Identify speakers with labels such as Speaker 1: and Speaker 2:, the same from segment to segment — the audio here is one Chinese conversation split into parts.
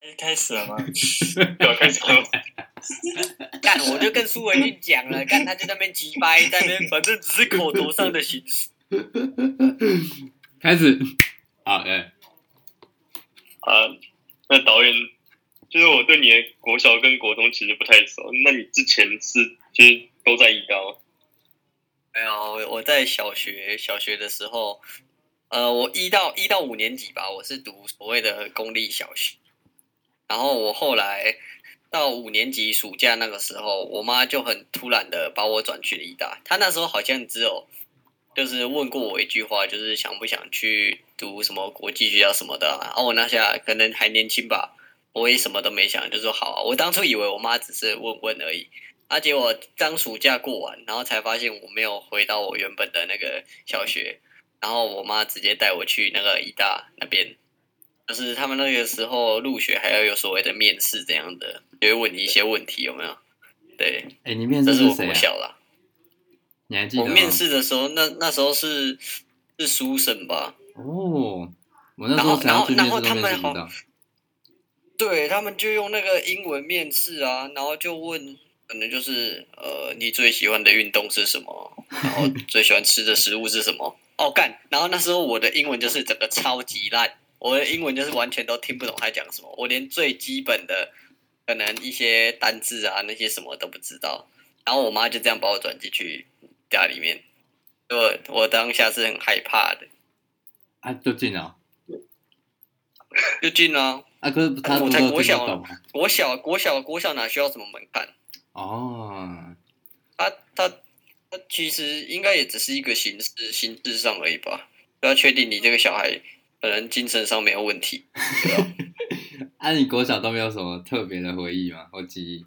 Speaker 1: 哎开始了吗？
Speaker 2: 要啊开始了。
Speaker 3: 干，我就跟苏文俊讲了，干他就在那边急掰，在那边反正只是口头上的形式。
Speaker 4: 开始，好，哎、
Speaker 2: 啊，那导演，就是我对你的国小跟国中其实不太熟，那你之前是就是都在一高，
Speaker 3: 没有，哎我在小学小学的时候，呃，我一到一到五年级吧，我是读所谓的公立小学，然后我后来到五年级暑假那个时候，我妈就很突然的把我转去了一大，她那时候好像只有就是问过我一句话，就是想不想去读什么国际学校什么的啊，然后我那下可能还年轻吧，我也什么都没想，就说好啊，我当初以为我妈只是问问而已，啊，结果当暑假过完，然后才发现我没有回到我原本的那个小学，然后我妈直接带我去那个医大那边，就是他们那个时候入学还要有所谓的面试这样的，就会问你一些问题有没有？对，
Speaker 4: 哎、你面
Speaker 3: 这
Speaker 4: 试
Speaker 3: 是我
Speaker 4: 谁
Speaker 3: 国
Speaker 4: 啊？
Speaker 3: 小啦。
Speaker 4: 你还记得
Speaker 3: 我
Speaker 4: 吗？
Speaker 3: 面试的时候，那那时候是是书生吧？
Speaker 4: 哦，我那时
Speaker 3: 然
Speaker 4: 候
Speaker 3: 后
Speaker 4: 想要去面
Speaker 3: 然
Speaker 4: 试
Speaker 3: 后
Speaker 4: 都
Speaker 3: 然后
Speaker 4: 面试
Speaker 3: 他
Speaker 4: 不
Speaker 3: 们
Speaker 4: 到。
Speaker 3: 对他们就用那个英文面试啊，然后就问，可能就是呃，你最喜欢的运动是什么？然后最喜欢吃的食物是什么？哦干！然后那时候我的英文就是整个超级烂，我的英文就是完全都听不懂他讲什么，我连最基本的可能一些单字啊那些什么都不知道。然后我妈就这样把我转进去家里面，我我当下是很害怕的，
Speaker 4: 啊，就进了
Speaker 3: 就进了、
Speaker 4: 啊，可是他
Speaker 3: 我
Speaker 4: 不
Speaker 3: 才
Speaker 4: 都
Speaker 3: 国
Speaker 4: 听
Speaker 3: 小
Speaker 4: 得
Speaker 3: 啊
Speaker 4: 懂吗？
Speaker 3: 国小国小国小哪需要什么门槛？啊
Speaker 4: 哦，
Speaker 3: 他他他啊其实应该也只是一个形式形式上而已吧，要确定你这个小孩可能精神上没有问题，对吧？
Speaker 4: 啊，你国小都没有什么特别的回忆吗？或记忆？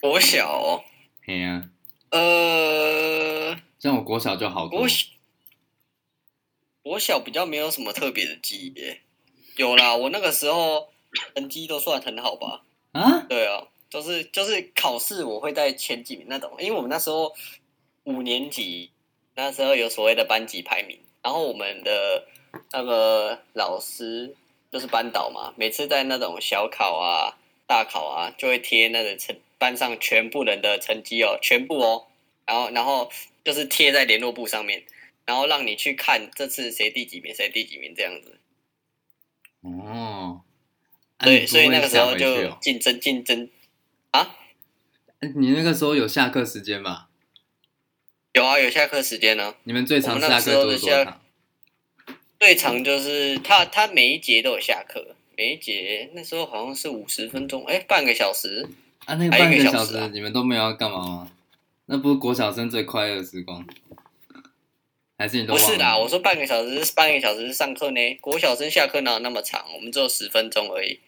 Speaker 3: 国小哦、
Speaker 4: 嘿呀、
Speaker 3: 呃，
Speaker 4: 像我国小就好多
Speaker 3: 国，小国小比较没有什么特别的记忆耶，有啦，我那个时候成绩都算很好吧，
Speaker 4: 啊，
Speaker 3: 对啊，就是就是考试我会在前几名那种，因为我们那时候五年级那时候有所谓的班级排名，然后我们的那个老师就是班导嘛，每次在那种小考啊、大考啊，就会贴那个成班上全部人的成绩哦，全部哦，然后然后就是贴在联络簿上面，然后让你去看这次谁第几名，谁第几名这样子。
Speaker 4: 哦，啊
Speaker 3: 对，
Speaker 4: 你不
Speaker 3: 所以
Speaker 4: 会
Speaker 3: 那个时
Speaker 4: 想
Speaker 3: 候
Speaker 4: 回去
Speaker 3: 就
Speaker 4: 哦
Speaker 3: 竞争竞争啊。
Speaker 4: 啊你那个时候有下课时间吧？
Speaker 3: 有啊，有下课时间呢、
Speaker 4: 你们最长
Speaker 3: 我们那
Speaker 4: 下
Speaker 3: 个时
Speaker 4: 课
Speaker 3: 候
Speaker 4: 多
Speaker 3: 的
Speaker 4: 多
Speaker 3: 下
Speaker 4: 长？
Speaker 3: 最长就是他，他每一节都有下课，每一节那时候好像是五十分钟，哎、半个小时。
Speaker 4: 啊，那个
Speaker 3: 还有
Speaker 4: 半
Speaker 3: 一
Speaker 4: 个
Speaker 3: 个
Speaker 4: 小
Speaker 3: 小时啊
Speaker 4: 时你们都没有要干嘛吗？那不是国小生最快乐的时光？还是你都
Speaker 3: 不
Speaker 4: 忘了？
Speaker 3: 是啦，我说半个小时是半个小时是上课呢，国小生下课哪有那么长？我们只有十分钟而已。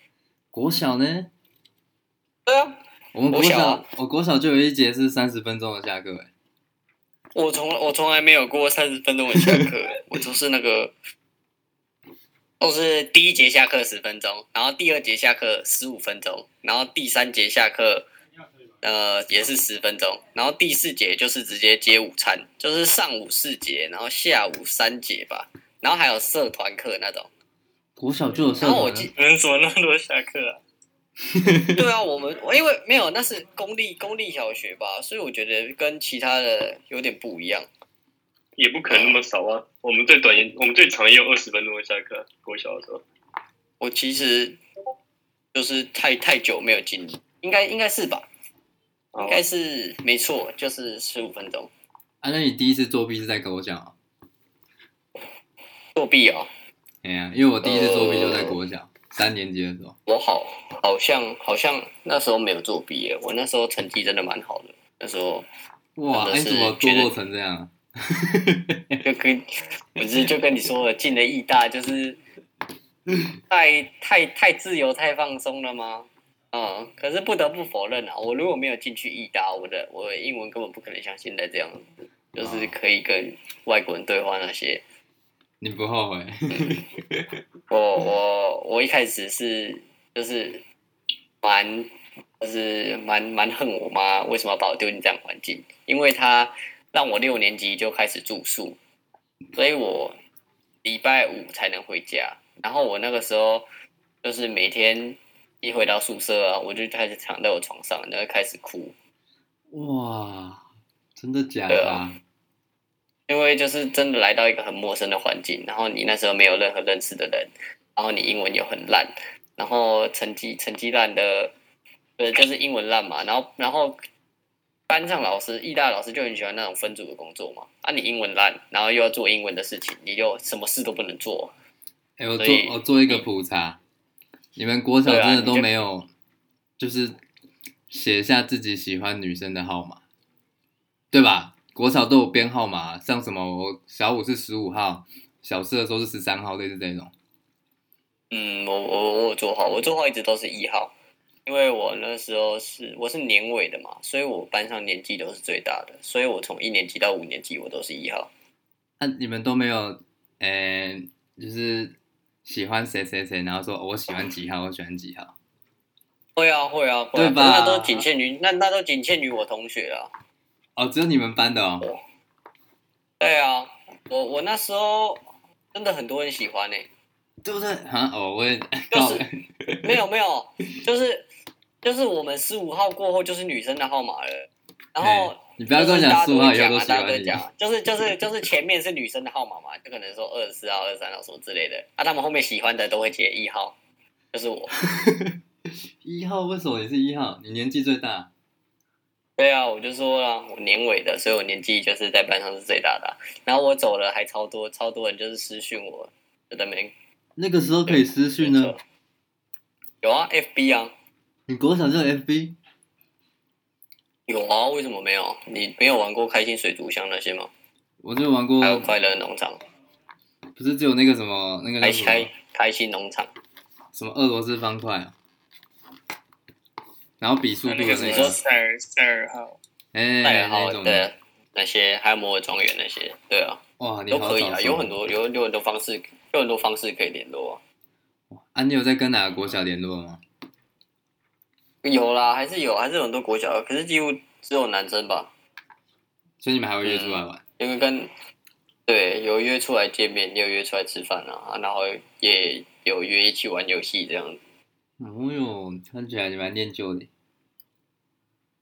Speaker 4: 国小
Speaker 3: 啊
Speaker 4: 呢？
Speaker 3: 对啊，
Speaker 4: 我们国
Speaker 3: 国小
Speaker 4: 小
Speaker 3: 啊，
Speaker 4: 我国小就有一节是三十分钟的下课、欸，
Speaker 3: 我从我从来没有过三十分钟的下课， 我都是那个，都是第一节下课十分钟，然后第二节下课十五分钟，然后第三节下课，呃，也是十分钟，然后第四节就是直接接午餐，就是上午四节，然后下午三节吧，然后还有社团课那种。
Speaker 4: 国小就有社
Speaker 3: 然后我
Speaker 4: 团啊，
Speaker 3: 记，
Speaker 1: 你们怎么那么多下课 啊？
Speaker 3: 对啊，我们我因为没有那是公立公立小学吧，所以我觉得跟其他的有点不一样。
Speaker 2: 也不可能那么少啊。我们最短也，我们最长也有二十分钟的下课，国小的时候。
Speaker 3: 我其实就是太太久没有经历，应该应该是吧？应
Speaker 2: 哦
Speaker 3: 该是没错，就是十五分钟
Speaker 4: 啊，那你第一次作弊是在国小啊？
Speaker 3: 作弊哦。
Speaker 4: 哎呀、因为我第一次作弊就在国
Speaker 3: 呃
Speaker 4: 小、三年级的时候，
Speaker 3: 我好好像好像那时候没有作弊耶，我那时候成绩真的蛮好的，那时候
Speaker 4: 哇，哎、
Speaker 3: 真的是
Speaker 4: 怎么堕落成这样啊？
Speaker 3: 就跟 不是就跟你说了，进了义大就是太太太自由太放松了吗？嗯，可是不得不否认啊，我如果没有进去义大，我的我的英文根本不可能像现在这样子，就是可以跟外国人对话那些。
Speaker 4: 你不 后悔？
Speaker 3: 我我我一开始是就是蛮就是蛮蛮恨我妈为什么要把我丢进这样的环境，因为她让我六年级就开始住宿，所以我礼拜五才能回家。然后我那个时候就是每天一回到宿舍啊，我就开始躺在我床上，然后开始哭，
Speaker 4: 哇，真的假
Speaker 3: 对
Speaker 4: 的、
Speaker 3: 啊因为就是真的来到一个很陌生的环境，然后你那时候没有任何认识的人，然后你英文又很烂，然后成绩成绩烂的，对，就是英文烂嘛，然后然后班上老师、意大老师就很喜欢那种分组的工作嘛，啊，你英文烂，然后又要做英文的事情，你就什么事都不能做，
Speaker 4: 哎、我
Speaker 3: 所
Speaker 4: 做
Speaker 3: 以
Speaker 4: 我做一个普查，你们国小
Speaker 3: 对啊
Speaker 4: 真的都
Speaker 3: 你就
Speaker 4: 没有，就是写下自己喜欢女生的号码，对吧？国小都有编号码，像什么我小五是十五号，小四的时候是十三号，类似这种。
Speaker 3: 嗯，我我我有做号，我做号一直都是一号，因为我那时候是我是年尾的嘛，所以我班上年纪都是最大的，所以我从一年级到五年级我都是一号。
Speaker 4: 那、你们都没有，呃、就是喜欢谁谁谁，然后说、哦我喜欢几号，我喜欢几号。
Speaker 3: 会啊会啊，会啊
Speaker 4: 对吧
Speaker 3: 那都仅限于那那都仅限于我同学啊。
Speaker 4: 哦，只有你们班的哦。
Speaker 3: 对啊，我我那时候真的很多人喜欢欸 呢、
Speaker 4: 对不对？啊，哦，我也
Speaker 3: 就
Speaker 4: 告
Speaker 3: 是 没有没有，就是就是我们十五号过后就是女生的号码了，然后。
Speaker 4: 你不要跟我讲
Speaker 3: 就是
Speaker 4: 数号，以后都
Speaker 3: 大
Speaker 4: 喜
Speaker 3: 家都
Speaker 4: 欢
Speaker 3: 会
Speaker 4: 你。
Speaker 3: 讲啊，大家都会讲啊就是就是就是前面是女生的号码嘛，就可能说二十四号、二十三号什么之类的，啊，他们后面喜欢的都会接一号，就是我。
Speaker 4: 一号为什么你是一号？你年纪最大。
Speaker 3: 对啊，我就说啊，我年尾的，所以我年纪就是在班上是最大的啊、然后我走了，还超多超多人就是私讯我，就在那边
Speaker 4: 那个时候可以私讯
Speaker 3: 嗯
Speaker 4: 呢
Speaker 3: 没，错有啊，FB 啊，
Speaker 4: 你国小就有 FB，
Speaker 3: 有啊，为什么没有？你没有玩过开心水族箱那些吗？
Speaker 4: 我就玩过
Speaker 3: 还，有快乐农场，
Speaker 4: 不是只有那个什么那个
Speaker 3: 开
Speaker 4: 叫什
Speaker 3: 开
Speaker 4: 么
Speaker 3: 开心农场，
Speaker 4: 什么俄罗斯方块啊，然后比速度
Speaker 1: 那
Speaker 4: 的那
Speaker 1: 个
Speaker 4: 个，
Speaker 1: 什
Speaker 3: 你
Speaker 1: 么
Speaker 3: 说
Speaker 1: 塞尔塞尔号，
Speaker 4: 哎、
Speaker 3: 代
Speaker 4: 那
Speaker 3: 号
Speaker 4: 种
Speaker 3: 对啊
Speaker 4: 的，
Speaker 3: 那些，还有摩尔庄园那些，对啊。
Speaker 4: 哇，你
Speaker 3: 都
Speaker 4: 好
Speaker 3: 可以
Speaker 4: 早
Speaker 3: 啊，
Speaker 4: 熟哦
Speaker 3: 有很多有有很多方式，有很多方式可以联络啊、
Speaker 4: 啊，你有在跟哪个国小联络吗？
Speaker 3: 有啦，还是有，还是有很多国小的，可是几乎只有男生吧，
Speaker 4: 所以你们还会约
Speaker 3: 嗯
Speaker 4: 出来玩？
Speaker 3: 因为跟对有约出来见面，也有约出来吃饭啊，啊然后也有约一起玩游戏这样，
Speaker 4: 哦哟，看起来你蛮念旧的。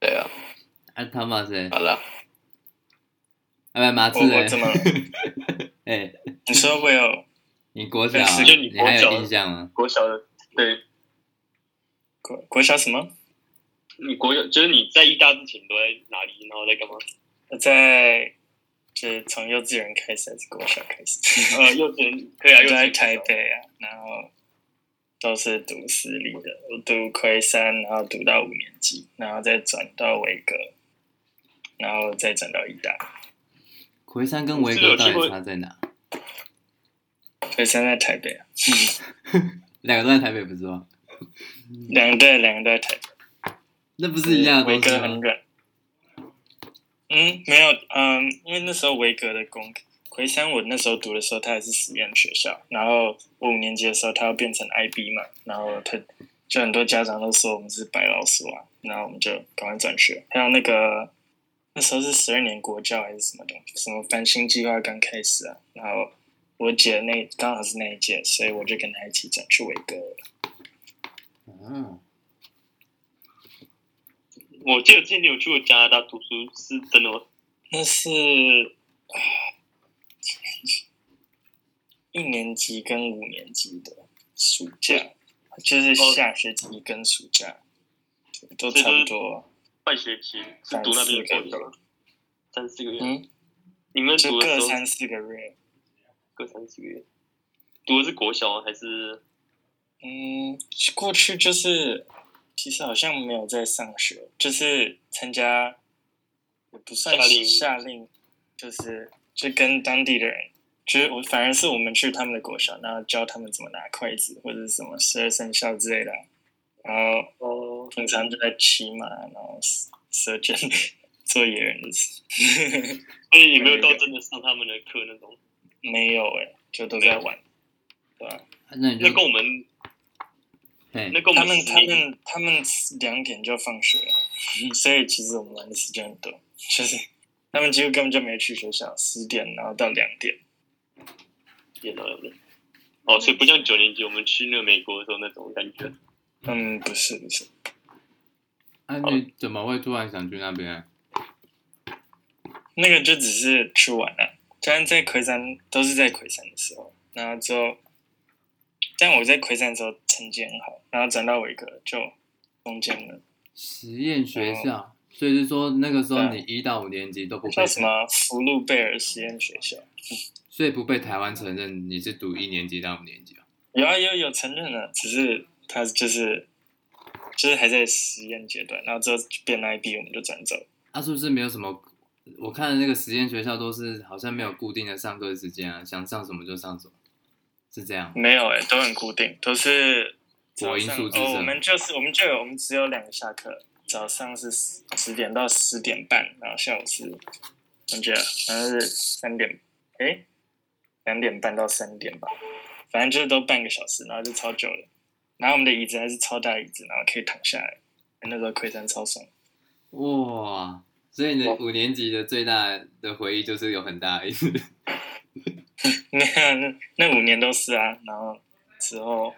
Speaker 3: 对啊，
Speaker 4: 啊，他妈谁？
Speaker 3: 好了，
Speaker 4: 哎、啊，马
Speaker 1: 我
Speaker 4: 刺
Speaker 1: 我怎
Speaker 4: 嘞？
Speaker 1: 么 了？
Speaker 4: 哎、
Speaker 1: 你说我有
Speaker 4: 你国小、啊，
Speaker 1: 没事就你
Speaker 4: 你还
Speaker 2: 国
Speaker 4: 有
Speaker 2: 小
Speaker 4: 印象吗？
Speaker 2: 国小的对，
Speaker 1: 国国小什么？
Speaker 2: 你国小就是你在意大之前都在哪里，然后在干嘛？
Speaker 1: 我呃在就是从幼稚园开始还是国小 开始？
Speaker 2: 呃，幼稚园可以啊，
Speaker 1: 我
Speaker 2: 幼
Speaker 1: 都
Speaker 2: 稚
Speaker 1: 在
Speaker 2: 园
Speaker 1: 台北啊，然后都是读私立的，我读魁山，然后读到五年级，然后再转到维格，然后再转到一大。
Speaker 4: 魁山跟维格到底差在哪？
Speaker 1: 魁山在台北啊，
Speaker 4: 两个都在台北，不是吗？
Speaker 1: 两个对，两个都在台北，
Speaker 4: 那不是一样的
Speaker 1: 维
Speaker 4: 东西
Speaker 1: 格很
Speaker 4: 吗？
Speaker 1: 远。嗯，没有，嗯，因为那时候维格的功课，魁山我那时候读的时候，它还是实验学校，然后我五年级的时候，它要变成 IB 嘛，然后他就很多家长都说我们是白老鼠啊，然后我们就赶快转学。还有那个那时候是十二年国教还是什么东西，什么翻新计划刚开始啊，然后我姐那刚好是那一届，所以我就跟她一起转去维格了。
Speaker 4: 嗯，
Speaker 2: 我记得之前你有去过加拿大读书，是真的吗？
Speaker 1: 那是啊一年级跟五年级的暑假，就是
Speaker 2: 哦
Speaker 1: 下学期跟暑假都差不多。
Speaker 2: 半学期是读那边的国小吗，三四个月。
Speaker 1: 嗯，
Speaker 2: 你们
Speaker 1: 就
Speaker 2: 读的
Speaker 1: 各
Speaker 2: 时候
Speaker 1: 三四个月。
Speaker 2: 各三四个月，读的是国小吗还是
Speaker 1: 嗯，过去就是其实好像没有在上学，就是参加也不算
Speaker 2: 夏令营
Speaker 1: 夏令，就是就跟当地的人，就是我反而是我们去他们的国小，然后教他们怎么拿筷子或者是什么十二生肖之类的啊，然后
Speaker 2: 哦
Speaker 1: 平常就在骑马，然后射箭、 做野人的事，
Speaker 2: 所以也没有到真的上他们的课那种。
Speaker 1: 没有哎、就都在玩，对吧、
Speaker 4: 那你就
Speaker 2: 那跟我们，
Speaker 4: 哎
Speaker 2: 那跟我
Speaker 1: 嗯他
Speaker 2: 们
Speaker 1: 们
Speaker 2: 十
Speaker 1: 他
Speaker 2: 年
Speaker 1: 们他们两点就放学了，所以其实我们玩的时间很多，就是他们几乎根本就没去学校，十点然后到两点。
Speaker 2: 见到的。哦，所以不像九年级我们去那个美国的时候那种感觉。
Speaker 1: 嗯，不是不是，
Speaker 4: 那、
Speaker 1: 哦
Speaker 2: 好
Speaker 4: 啊你怎么会突然想去那边、啊？
Speaker 1: 那个就只是去玩了、啊，虽然在魁山都是在魁山的时候，然后之后，但我在魁山的时候成绩很好，然后转到维格就中间了，
Speaker 4: 实验学校，所以是说那个时候
Speaker 1: 哦对
Speaker 4: 你一到五年级都不
Speaker 1: 叫
Speaker 4: 被
Speaker 1: 什，么福禄贝尔实验学校，
Speaker 4: 所以不被台湾承认你是读一年级到五年级啊。
Speaker 1: 有啊有有承认了，只是他就是就是还在实验阶段，然后之后变 IB 我们就转走了，
Speaker 4: 啊，是不是没有什么？我看的那个实验学校都是好像没有固定的上课时间啊，想上什么就上什么，是这样。
Speaker 1: 没有哎、都很固定，都是
Speaker 4: 果因素之
Speaker 1: 早上哦，我
Speaker 4: 争
Speaker 1: 们就是我们就有我们只有两个下课，早上是十十点到十点半，然后下午是我记得好像是三点，诶，两点半到三点吧，反正就是都半个小时，然后就超久了。然后我们的椅子还是超大椅子，然后可以躺下来，那时候亏山超爽。
Speaker 4: 哇！所以你
Speaker 1: 哦
Speaker 4: 的五年级的最大的回忆就是有很大的意思。 哦
Speaker 1: 那那 那五年都是啊，然后之后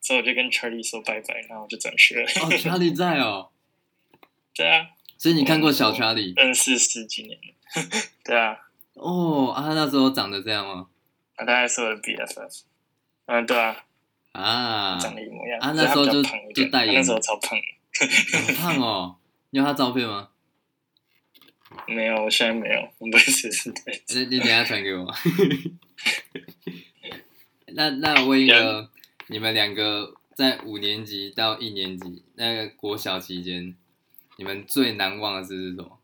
Speaker 1: 之后我就跟 Charlie 说拜拜，然后我就转学了。
Speaker 4: 哦，Charlie 在哦，
Speaker 1: 对啊，
Speaker 4: 所以你看过小 Charlie
Speaker 1: 认识十几年了。 对啊，
Speaker 4: 哦啊？他那时候长得这样哦吗？
Speaker 1: 啊，大概是我的 BFF。嗯，对啊，
Speaker 4: 啊，
Speaker 1: 长得一模一样。
Speaker 4: 啊
Speaker 1: 只是
Speaker 4: 那时候
Speaker 1: 他比较
Speaker 4: 就
Speaker 1: 胖一点
Speaker 4: 就戴
Speaker 1: 他
Speaker 4: 眼
Speaker 1: 那时候超胖的，
Speaker 4: 好胖哦。你有他照片吗？
Speaker 1: 没有，我现在没有，我不是是对。
Speaker 4: 你你等一下传给我。 那那我问一个，你们两个在五年级到一年级那个国小期间，你们最难忘的事是什么？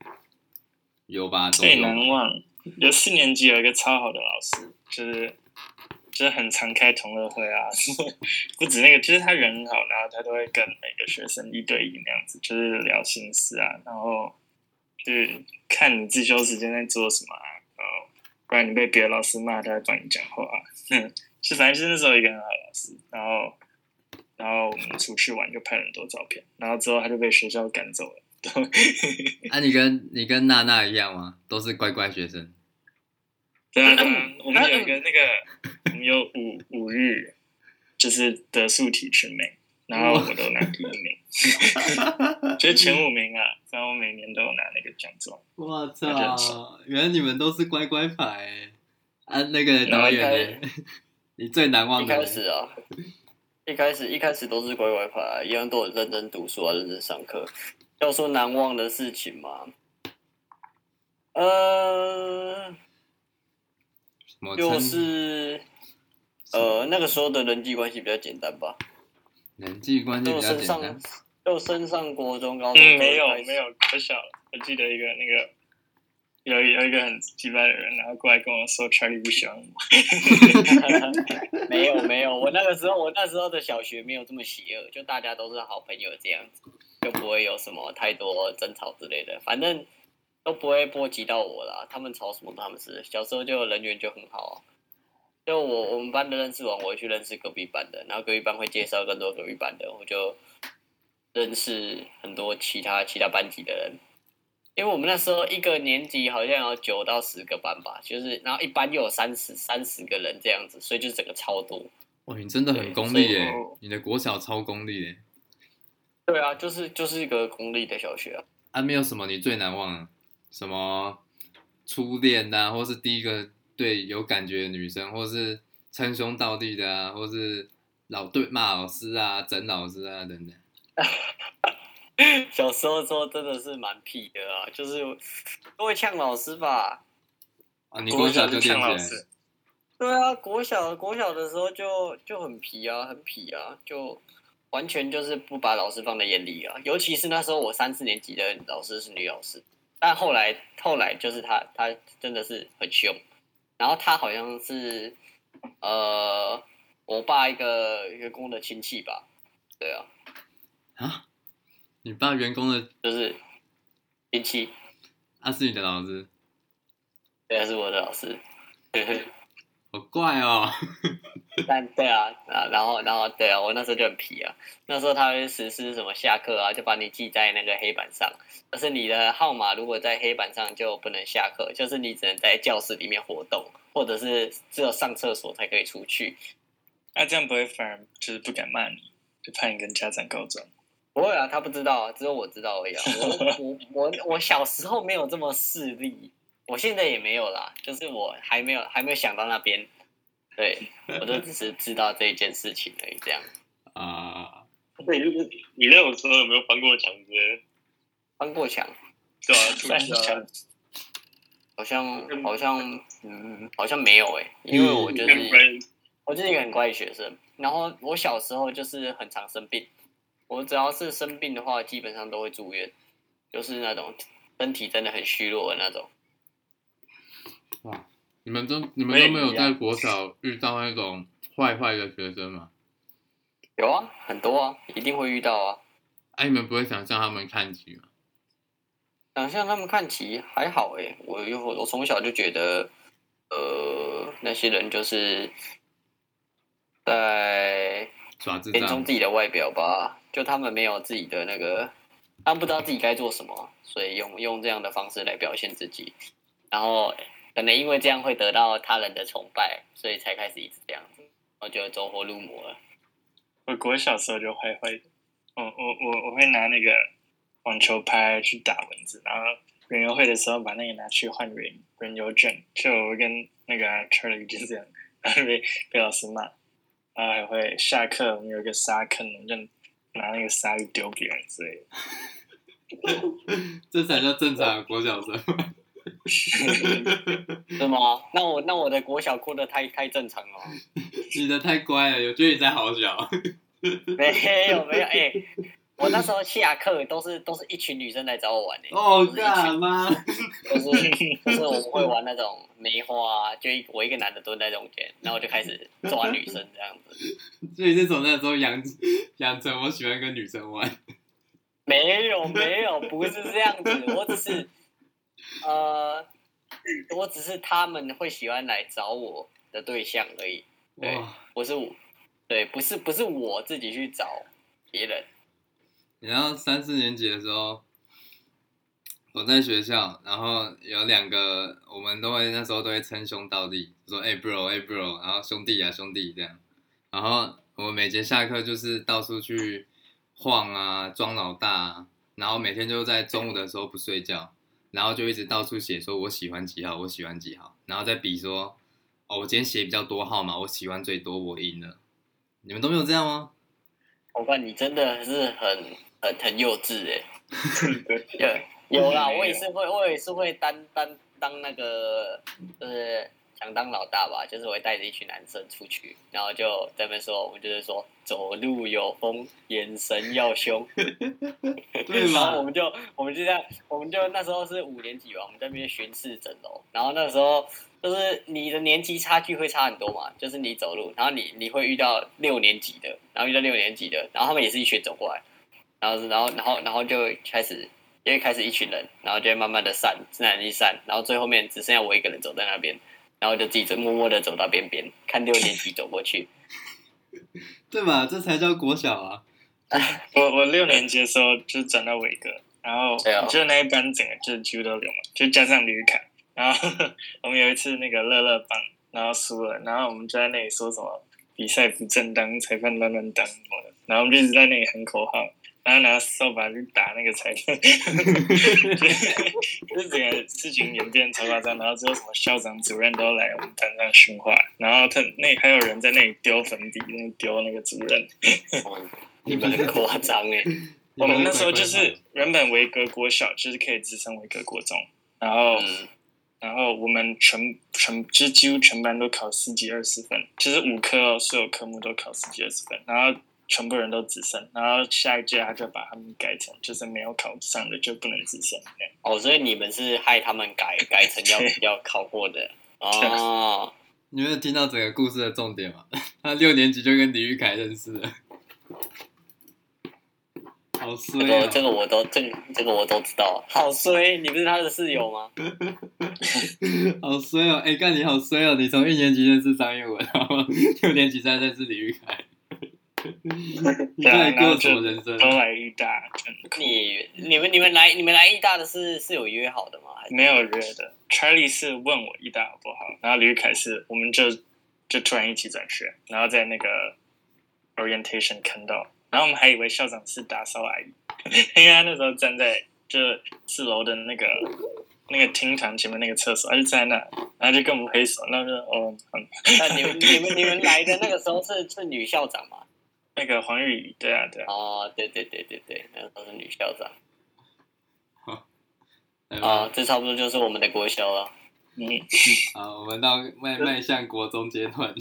Speaker 4: 有吧？总有
Speaker 1: 最难忘，有四年级有一个超好的老师，就是就是很常开同乐会啊， 不止那个，就是他人很好，然后他都会跟每个学生一对一那样子，就是聊心事啊，然后就是看你自修时间在做什么啊，然后不然你被别的老师骂，他会帮你讲话啊， 哼，就反正就是那时候有一个很好的老师，然后然后我们出去玩就拍了很多照片，然后之后他就被学校赶走了，
Speaker 4: 啊，你跟你跟娜娜一样吗？都是乖乖学生。
Speaker 1: 对啊，对啊，我们有一个那个，我们有五五日，就是德数体群美，然后我都拿第一名， 就是前五名啊，然后我每年都有拿那个奖状。
Speaker 4: 我
Speaker 1: 那就很
Speaker 4: 操！原来你们都是乖乖牌欸、啊！那个
Speaker 1: 然后
Speaker 4: 导演呢？ 你最难忘
Speaker 3: 一
Speaker 4: 的
Speaker 3: 开
Speaker 4: 呢
Speaker 3: 始啊，一开始一开始都是乖乖牌、啊，一样都有认真读书啊，认真上课。要说难忘的事情嘛，呃，
Speaker 4: 什么称
Speaker 3: 就是呃那个时候的人际关系比较简单吧，
Speaker 4: 人际关系
Speaker 3: 就
Speaker 4: 嗯比较
Speaker 3: 升
Speaker 4: 简
Speaker 3: 上
Speaker 4: 单。
Speaker 3: 就升上国中、高中、
Speaker 1: 嗯，没有没，有，我小我记得一个那个有有一个很鸡巴的人，然后过来跟我说 Charlie 不喜欢我，
Speaker 3: 没有没有，我那个时候我那时候的小学没有这么邪恶，就大家都是好朋友这样子，就不会有什么太多争吵之类的，反正都不会波及到我啦。他们吵什么他们是小时候就人缘就很好、啊。就我我们班的认识完，我会去认识隔壁班的，然后隔壁班会介绍更多隔壁班的，我就认识很多其他其他班级的人。因为我们那时候一个年级好像有九到十个班吧，就是然后一班又有三十三十个人这样子，所以就整个超多。
Speaker 4: 哇，你真的很
Speaker 3: 对
Speaker 4: 功
Speaker 3: 所以
Speaker 4: 利耶
Speaker 1: 我！
Speaker 4: 你的国小超功利耶！
Speaker 3: 对啊，就是就是一个公立的小学啊。
Speaker 4: 啊，没有什么你最难忘啊，什么初恋呐、或是第一个对有感觉的女生，或是称兄道弟的啊，或是老对骂老师啊、整老师啊等等。
Speaker 3: 小时候之后真的是蛮屁的啊，就是都会呛老师吧。
Speaker 4: 啊，你国小就
Speaker 1: 就
Speaker 4: 练
Speaker 1: 呛
Speaker 4: 起
Speaker 1: 老
Speaker 4: 来，
Speaker 1: 师，
Speaker 3: 对啊，国小国小的时候就就很皮啊，很皮啊，就完全就是不把老师放在眼里啊。尤其是那时候我三四年级的老师是女老师，但后来后来就是她她真的是很凶，然后她好像是呃我爸一个员工的亲戚吧，对啊，
Speaker 4: 啊！你爸员工的
Speaker 3: 就是亲戚。
Speaker 4: 啊是你的老师，
Speaker 3: 对，他是我的老师。
Speaker 4: 好怪哦！
Speaker 3: 但对啊，啊，然后然后对啊，我那时候就很皮啊。那时候他会实施什么下课啊，就把你记在那个黑板上。但是你的号码如果在黑板上就不能下课，就是你只能在教室里面活动，或者是只有上厕所才可以出去。
Speaker 1: 那、啊这样不会反而就是不敢骂你，就怕你跟家长告状。
Speaker 3: 不会啊，他不知道啊，只有我知道而已啊。我我我我小时候没有这么势利，我现在也没有啦，就是我还没有还没有想到那边，对我就只是知道这一件事情而已，这样
Speaker 4: 啊、
Speaker 2: 那你就是你那种时候有没有翻过墙之类的？
Speaker 3: 翻过墙，
Speaker 2: 对啊，出
Speaker 1: 翻
Speaker 2: 去啊
Speaker 1: 墙，
Speaker 3: 好像好像嗯好像没有诶、因为我就
Speaker 2: 跟
Speaker 3: 是。
Speaker 2: 不然
Speaker 3: 我就是一个很乖的学生，然后我小时候就是很常生病，我只要是生病的话，基本上都会住院，就是那种身体真的很虚弱的那种。
Speaker 4: 哇！你们都你们
Speaker 2: 没有
Speaker 4: 都没有
Speaker 2: 一样
Speaker 4: 在国小遇到那种坏坏的学生吗？
Speaker 3: 有啊，很多啊，一定会遇到啊。
Speaker 4: 哎、你们不会想向他们看齐吗？
Speaker 3: 想象他们看齐还好诶、我又我从小就觉得，呃，那些人就是在
Speaker 4: 耍智
Speaker 3: 偏重
Speaker 4: 障
Speaker 3: 自己的外表吧，就他们没有自己的那个，他们不知道自己该做什么，所以用用这样的方式来表现自己，然后可能因为这样会得到他人的崇拜，所以才开始一直这样子，我觉得走火入魔了。
Speaker 1: 我国小时候就坏坏的，我我我我会拿那个网球拍去打蚊子，然后园游会的时候把那个拿去换园园游券，就我会跟那个啊 Charlie 就这样，然后被被老师骂，然后还会下课我们有一个沙坑，我们就拿那个沙去丢别人之类的。
Speaker 4: 这才叫正常的国小生。
Speaker 3: 是吗？那我那我的国小过得太太正常了，
Speaker 4: 你的太乖了，我觉得你在好小。
Speaker 3: 没有没有，哎、我那时候下课都是都是一群女生来找我玩的、欸
Speaker 4: 哦，
Speaker 3: 都是一群
Speaker 4: 干嘛？
Speaker 3: 就是就是我们会玩那种梅花、啊，就一我一个男的蹲在中间，然后我就开始抓女生这样子。
Speaker 4: 所以是从那时候养养成我喜欢跟女生玩。
Speaker 3: 没有没有，不是这样子，我只是呃，我只是他们会喜欢来找我的对象而已。对
Speaker 4: 哇！
Speaker 3: 我是我，对，不是不是我自己去找别人。
Speaker 4: 你知道三四年级的时候，我在学校，然后有两个我们都会那时候都会称兄道弟，说哎、bro 哎、bro，然后兄弟啊兄弟这样。然后我们每节下课就是到处去晃啊，装老大、啊，然后每天就在中午的时候不睡觉，然后就一直到处写说我喜欢几号，我喜欢几号，然后再比说哦我今天写比较多号码，我喜欢最多，我赢了。你们都没有这样吗？
Speaker 3: 我看你真的是很很很幼稚哎、
Speaker 1: 对，
Speaker 3: 对，有啦，
Speaker 1: 没有
Speaker 3: 我也是会，我也是会担担当那个，就是想当老大吧，就是我会带着一群男生出去，然后就在那边说，我们就是说走路有风，眼神要凶，
Speaker 4: 对
Speaker 3: 然后我
Speaker 4: 吧？
Speaker 3: 们就我们就这样，我们就那时候是五年级吧，我们在那边巡视整楼，然后那时候就是你的年级差距会差很多嘛，就是你走路，然后你你会遇到六年级的，然后遇到六年级的，然后他们也是一群走过来，然后然后然后然后就开始就会开始一群人，然后就会慢慢的散，自然一散，然后最后面只剩下我一个人走在那边，然后就自己就默默的走到边边，看六年级走过去，
Speaker 4: 对吧？这才叫国小啊！
Speaker 1: 我我六年级的时候就转到伟哥，然后
Speaker 3: 对啊
Speaker 1: 就那一班整个就是几乎都流氓，就加上吕凯。然后 我们有一次那个乐乐棒，然后输了，然后我们就在那里说什么比赛不正当，裁判乱乱当什么的，然后我们就一直在那里喊口号，然后拿扫把去打那个裁判， 就是整个事情演变超夸张，然后之后什么校长、主任都来我们班上训话，然后他那还有人在那里丢粉笔，那里丢那个主任，
Speaker 3: 哇哦你们很夸张哎、
Speaker 1: 我们哦那时候
Speaker 4: 你们乖
Speaker 1: 就
Speaker 4: 乖
Speaker 1: 是原本维格国小就是可以直升维格国中，然后、
Speaker 3: 嗯，
Speaker 1: 然后我们全全就是几乎全班都考十几二十分，就是五科哦，所有科目都考十几二十分，然后全部人都直升，然后下一届他就把他们改成就是没有考上的就不能直升这样
Speaker 3: 哦，所以你们是害他们改改成要要考过的哦。
Speaker 4: 你们有听到整个故事的重点吗？ 他六年级就跟李玉凯认识了， 好
Speaker 3: 这
Speaker 4: 衰
Speaker 3: 个
Speaker 4: 啊！
Speaker 3: 这个我都这个这个我都知道，好衰！你不是他的室友吗？
Speaker 4: 好衰哦！哎、干你好衰哦！你从一年级认识张一文，然后 六年级再认识李玉凯，
Speaker 3: 啊
Speaker 4: 你到底过了什么人生
Speaker 1: 都
Speaker 4: 啊？
Speaker 1: 来一大，真的
Speaker 3: 你你们你们来你们来义大的是是有约好的吗？还是
Speaker 1: 没有约的。Charlie 是问我一大好不好，然后吕凯是我们就就突然一起转学，然后在那个 orientation 看到，然后我们还以为校长是打扫阿姨， 因为他那时候站在就四楼的那个那个厅堂前面那个厕所，他就站在那，然后就跟我们挥手，那就哦，嗯
Speaker 3: 那你们、你们、你们来的那个时候是是女校长嘛？
Speaker 1: 那个黄玉仪，对啊，对啊，
Speaker 3: 哦，对对对对对，那个时候是女校长
Speaker 4: 来吧
Speaker 3: 啊、这差不多就是我们的国校了。
Speaker 1: 嗯，
Speaker 4: 好，我们到迈迈向国中阶段。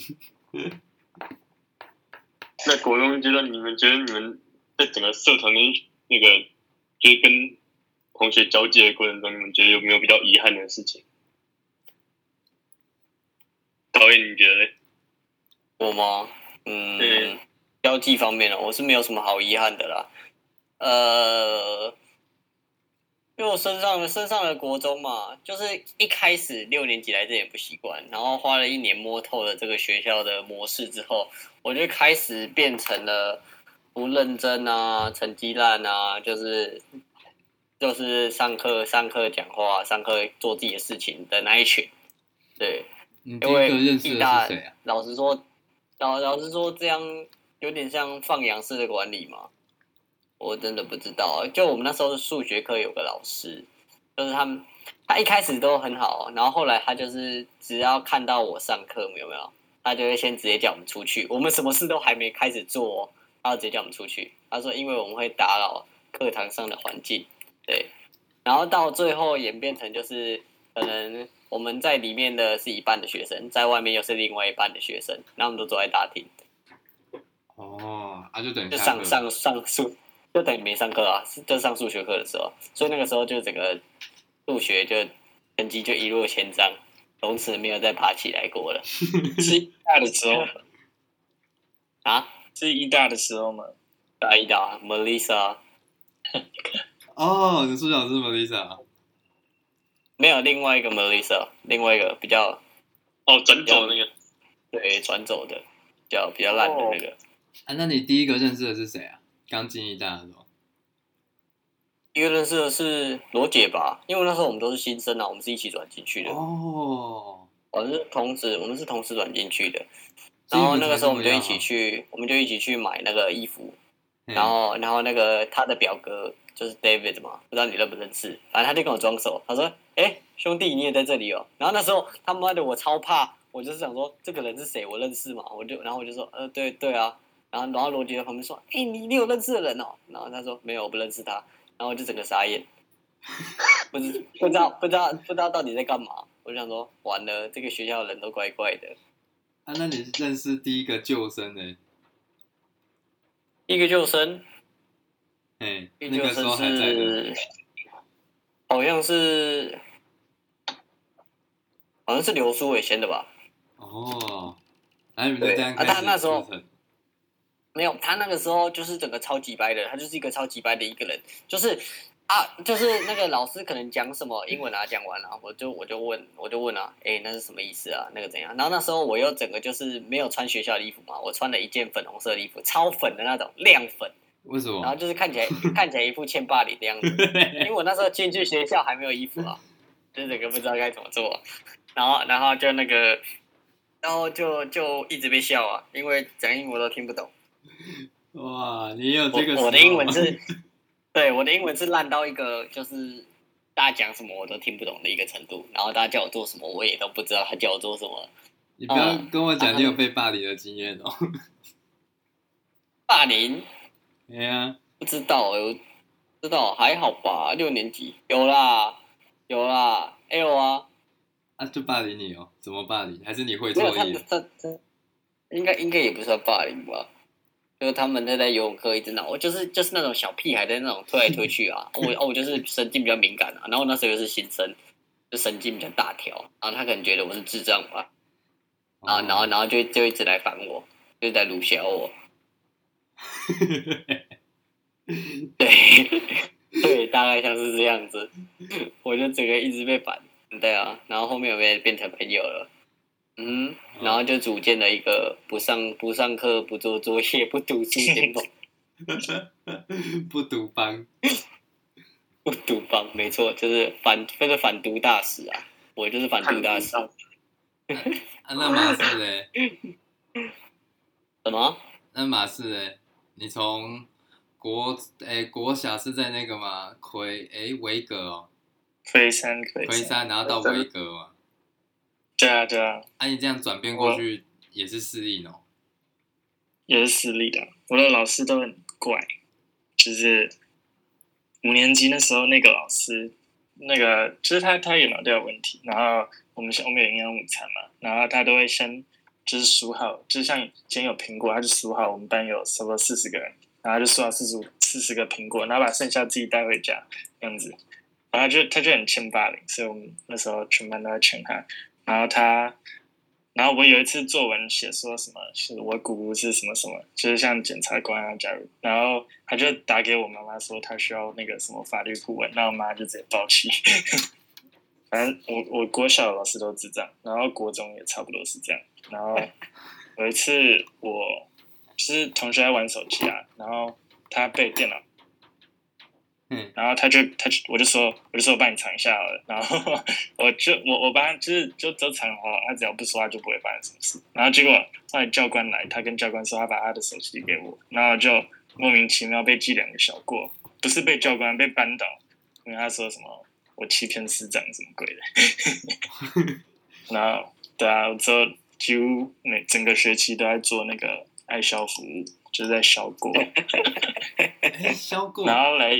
Speaker 2: 那国中阶段，你们觉得你们在整个社团跟那个就是跟同学交际的过程中，你们觉得有没有比较遗憾的事情？导演，你觉得嘞？
Speaker 3: 我吗？嗯，
Speaker 2: 嗯
Speaker 3: 交际方面呢，我是没有什么好遗憾的啦。呃，因为我升上升上了国中嘛，就是一开始六年级来这也不习惯，然后花了一年摸透了这个学校的模式之后，我就开始变成了不认真啊，成绩烂啊，就是就是上课上课讲话，上课做自己的事情的那一群。对，
Speaker 4: 你第一
Speaker 3: 因
Speaker 4: 个
Speaker 3: 为
Speaker 4: 认识
Speaker 3: 义
Speaker 4: 的
Speaker 3: 大
Speaker 4: 是谁啊？
Speaker 3: 老实说，老老实说，这样有点像放羊式的管理嘛。我真的不知道啊，就我们那时候的数学课有个老师，就是他们，他一开始都很好，然后后来他就是只要看到我上课有没有，他就会先直接叫我们出去，我们什么事都还没开始做、哦，他就直接叫我们出去。他说因为我们会打扰课堂上的环境，对，然后到最后演变成就是可能我们在里面的是一半的学生，在外面又是另外一半的学生，然后我们都坐在大厅，
Speaker 4: 哦，啊，就等
Speaker 3: 就
Speaker 4: 下
Speaker 3: 上
Speaker 4: 课。
Speaker 3: 上上数，就等于没上课啊，是就上数学课的时候，所以那个时候就整个数学就成绩就一落千丈，从此没有再爬起来过了
Speaker 1: 是一大的时候，
Speaker 3: 啊！
Speaker 1: 是一大的时候嘛，
Speaker 3: 大一的啊 Melissa
Speaker 4: 哦，你数学老师是 Melissa，
Speaker 3: 没有另外一个 Melissa，另外一个比较
Speaker 2: 哦，转走那个，
Speaker 3: 对转走的，比较比较烂的那个。
Speaker 4: 啊，那你第一个认识的是谁啊？刚进一大的时候。
Speaker 3: 一个认识的是罗姐吧，因为那时候我们都是新生啊，我们是一起转进去的。
Speaker 4: 哦，
Speaker 3: 我们是同时，我们是同时转进去的。
Speaker 4: 所
Speaker 3: 然
Speaker 4: 以你
Speaker 3: 后
Speaker 4: 们
Speaker 3: 那个时候我们就一起
Speaker 4: 才
Speaker 3: 去，我们就一起去买那个衣服。
Speaker 4: 嗯
Speaker 3: 然后，然后那个他的表哥就是 David 嘛，不知道你认不认识，反正他就跟我装熟，他说：“哎，兄弟，你也在这里哦。”然后那时候他妈的我超怕，我就是想说这个人是谁，我认识吗？我就然后我就说：“呃，对对啊。”然后然后罗杰在旁边说：“哎，你你有认识的人哦？”然后他说：“没有，我不认识他。”然后我就整个傻眼，不知不知道不知道不知道到底在干嘛。我就想说，完了，这个学校人都怪怪的。
Speaker 4: 啊，那你认识第一个救生的？
Speaker 3: 一个救生，
Speaker 4: 哎，
Speaker 3: 一
Speaker 4: 那个时
Speaker 3: 生
Speaker 4: 候还在的。
Speaker 3: 是好像是好像是刘书伟先的吧？
Speaker 4: 哦，然后你们就这样
Speaker 3: 对啊
Speaker 4: 开
Speaker 3: 他
Speaker 4: 始
Speaker 3: 那时候
Speaker 4: 组成
Speaker 3: 没有，他那个时候就是整个超级掰的，他就是一个超级掰的一个人，就是啊，就是那个老师可能讲什么英文啊，讲完了、我就我就问，我就问啊，哎、那是什么意思啊？那个怎样？然后那时候我又整个就是没有穿学校的衣服嘛，我穿了一件粉红色的衣服，超粉的那种亮粉，
Speaker 4: 为什
Speaker 3: 然后
Speaker 4: 么？
Speaker 3: 就是 看起来看起来一副欠霸凌的样子。因为我那时候进去学校还没有衣服 啊，就整个不知道该怎么做，然后然后就那个，然后就就一直被笑啊，因为讲英文都听不懂，
Speaker 4: 哇，你也有这个时
Speaker 3: 我
Speaker 4: 候啊
Speaker 3: 我的英文 是，对我的英文是烂到一个就是大家讲什么我都听不懂的一个程度，然后大家叫我做什么我也都不知道他叫我做什么，
Speaker 4: 你不要
Speaker 3: 嗯
Speaker 4: 跟我讲
Speaker 3: 啊
Speaker 4: 你有被霸凌的经验哦。
Speaker 3: 霸凌
Speaker 4: 哎呀，
Speaker 3: 不知道，我知道还好吧，六年级有啦有啦，哎有啊。
Speaker 4: 啊，就霸凌你哦？怎么霸凌？还是你会
Speaker 3: 没有
Speaker 4: 错
Speaker 3: 他
Speaker 4: 意
Speaker 3: 们？他他应该应该也不算霸凌吧，就是他们在在游泳课一直闹，我就是就是那种小屁孩在那种推来推去啊，我哦我就是神经比较敏感啊，然后那时候又是新生，就神经比较大条，然后他可能觉得我是智障吧，然啊
Speaker 4: 哦
Speaker 3: 后然后然后就就一直来烦我，就在辱笑我，对 对，大概像是这样子，我就整个一直被烦，对啊，然后后面我们也变成朋友了。嗯，然后就组建了一个不上不上课、不做作业、不读书联盟、
Speaker 4: 不读班，
Speaker 3: 不读帮，没错，就是反就是反毒大使啊！我就是反毒大使，
Speaker 4: 啊，那马氏嘞？
Speaker 3: 什么？
Speaker 4: 那马氏嘞？你从国诶、国小是在那个嘛魁诶维格哦，
Speaker 1: 魁山魁
Speaker 4: 魁山，然后到维格嘛，
Speaker 1: 对啊对啊，
Speaker 4: 啊，你这样转变过去也是适应哦。
Speaker 1: 也是私立的。啊我的老师都很怪，就是五年级那时候那个老师，那个就是他他也脑袋有问题，然后我们我们有营养午餐嘛，然后他都会先就是数好，就像今天有苹果，他就数好我们班有差不多四十个人，然后他就数好四十四十个苹果，然后把剩下自己带回家这样子，然后他就他就很欠霸凌，所以我们那时候全班都在劝他，然后他。然后我有一次作文写说什么是我姑姑是什么什么，就是像检察官啊，假如，然后他就打给我妈妈说他需要那个什么法律顾问，那我妈就直接爆气。 反正我我国小老师都是这样，然后国中也差不多是这样。然后有一次我就是同学在玩手机啊，然后他被电脑
Speaker 4: 嗯，
Speaker 1: 然后他就他就我就说我就说我帮你藏一下好了，然后 我就我我帮他就是就都藏好，他只要不说话就不会发生什么事。然后结果后来教官来，他跟教官说他把他的手机给我，然后就莫名其妙被记两个小过，不是被教官被扳倒，因为他说什么我欺骗师长什么鬼的。 然后对啊，我之后几乎每整个学期都在做那个爱消服务，就是在消过。
Speaker 4: 哎， 削过，
Speaker 1: 然后来，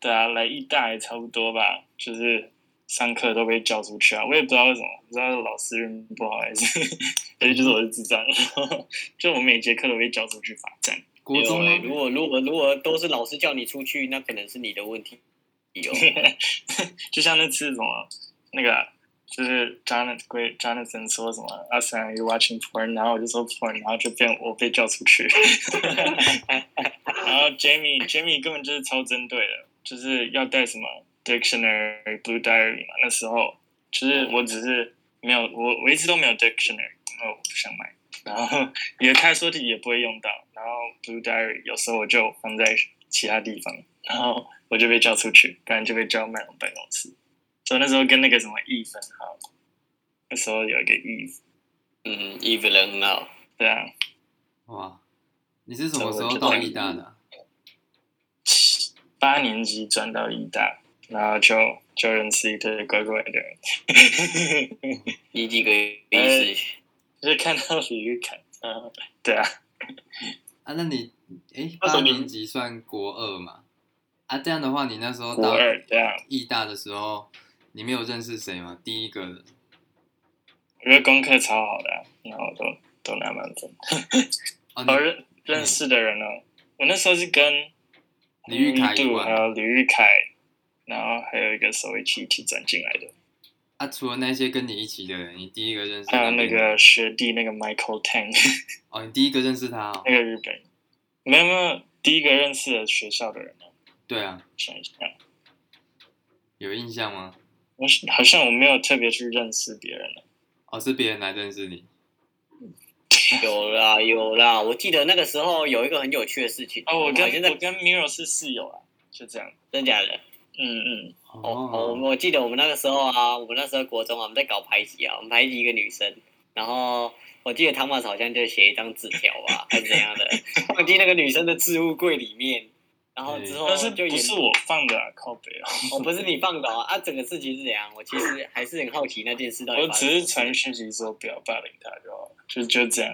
Speaker 1: 对啊，来一大也差不多吧，就是上课都被叫出去啊，我也不知道为什么，不知道是老师人不好还是， 还是就是我是智障， 然后就我每节课都被叫出去罚站，
Speaker 4: 国中
Speaker 3: 有欸
Speaker 4: 吗
Speaker 3: 如果如果如果都是老师叫你出去，那可能是你的问题。哦有
Speaker 1: 就像那次什么那个。就是 Jonathan 归 Jonathan 说什么 “Us are you watching porn”，然后我就说 “porn”，然后就变我被叫出去。 然后 Jamie Jamie 根本就是超针对的，就是要带什么 dictionary、blue diary 嘛。那时候就是我只是没有我我一直都没有 dictionary，因为我不想买。然后也他说的也不会用到，然后 blue diary 有时候我就放在其他地方，然后我就被叫出去，不然就被叫卖我办公室。所以那时候跟那个什么 Eve 很好，那时候有一个 Eve，
Speaker 3: 嗯，even 人很好。
Speaker 1: 对啊，
Speaker 4: 哇，你是什么时候到义大的啊？
Speaker 1: 八年级转到一大，然后就就认识一堆怪怪的人，
Speaker 3: 你几个意思？
Speaker 1: 就是看到体育看，嗯，对啊，
Speaker 4: 啊，那你哎
Speaker 2: 那时
Speaker 4: 八
Speaker 2: 候你
Speaker 4: 年级算国二嘛？啊，这样的话，你那时候
Speaker 1: 国
Speaker 4: 到
Speaker 1: 二对啊，
Speaker 4: 义大的时候，你没有认识谁吗？第一个人
Speaker 1: 我觉得功课超好的啊、然后都都拿满分。
Speaker 4: 哦，
Speaker 1: 我
Speaker 4: 你
Speaker 1: 认认识的人呢，哦我那时候是跟
Speaker 4: 李玉凯以
Speaker 1: 杜嗯还
Speaker 4: 外，
Speaker 1: 有李玉凯，然后还有一个手一起一起转进来的，
Speaker 4: 啊，除了那些跟你一起的人，你第一个认识
Speaker 1: 还有
Speaker 4: 他
Speaker 1: 那
Speaker 4: 边
Speaker 1: 个学弟那个 Michael Tang。
Speaker 4: 哦，你第一个认识他哦
Speaker 1: 那，个日本人，没有没有，第一个认识的学校的人呢？
Speaker 4: 对啊，
Speaker 1: 想一下，
Speaker 4: 有印象吗？
Speaker 1: 我是好像我没有特别去认识别人了。
Speaker 4: 哦，是别人来认识你，
Speaker 3: 有啦有啦，我记得那个时候有一个很有趣的事情。
Speaker 1: 哦，我跟
Speaker 3: 好像在
Speaker 1: 我跟 Miro 是室友啊，就这样。
Speaker 3: 真假的？
Speaker 1: 嗯嗯，
Speaker 3: 哦，哦我们我记得我们那个时候啊，我们那时候国中啊，我们在搞排挤啊，我们排挤一个女生，然后我记得唐马好像就写一张纸条吧，还是怎样的，放进那个女生的置物柜里面，然后之后
Speaker 1: 但是
Speaker 3: 就
Speaker 1: 嗯不
Speaker 3: 也
Speaker 1: 是我放的啊，靠北啊，
Speaker 3: 我不是你放的哦啊，整个事情是怎样？我其实还是很好奇那件事到底
Speaker 1: 我
Speaker 3: 发
Speaker 1: 只
Speaker 3: 生
Speaker 1: 是传讯息说不要霸凌他就好了，就就这样。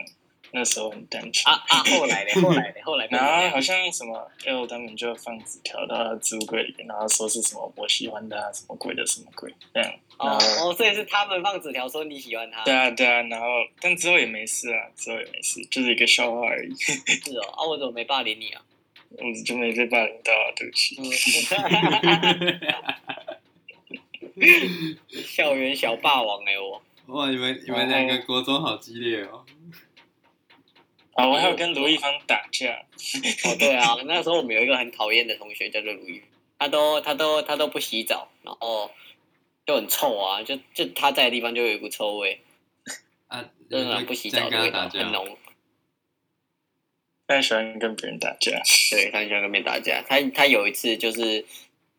Speaker 1: 那时候很单纯。
Speaker 3: 啊啊，后来 嘞，后来嘞，后来变
Speaker 1: 然
Speaker 3: 成这
Speaker 1: 后
Speaker 3: 样
Speaker 1: 好像什么哎 L 他们就放纸条到他的置物柜里面，然后说是什么我喜欢他什么鬼的什么鬼这样。然
Speaker 3: 哦
Speaker 1: 后
Speaker 3: 哦，所以是他们放纸条说你喜欢他，
Speaker 1: 对啊对啊，然后但之后也没事啊，之后也没事，就是一个笑话而已。
Speaker 3: 是哦，啊，我怎么没霸凌你 啊？
Speaker 1: 我就没被霸凌到啊，对不起。
Speaker 3: 校园小霸王哎、我
Speaker 4: 哇，你们你们两个国中好激烈哦，
Speaker 1: 啊，我还有跟卢一芳打架，
Speaker 3: 哦对啊，那时候我们有一个很讨厌的同学叫做鲁豫，他都他都他都不洗澡，然后就很臭啊，就就他在的地方就有一股臭味，
Speaker 4: 啊，你
Speaker 3: 真的
Speaker 4: 们
Speaker 3: 不
Speaker 4: 就
Speaker 3: 洗
Speaker 4: 这
Speaker 3: 澡
Speaker 4: 样
Speaker 3: 的
Speaker 4: 跟
Speaker 3: 味
Speaker 4: 他
Speaker 3: 道
Speaker 4: 打架
Speaker 3: 很
Speaker 4: 哦，
Speaker 3: 浓。
Speaker 1: 但喜欢跟别人打架。
Speaker 3: 对，他很喜欢跟别人打架。他他有一次就是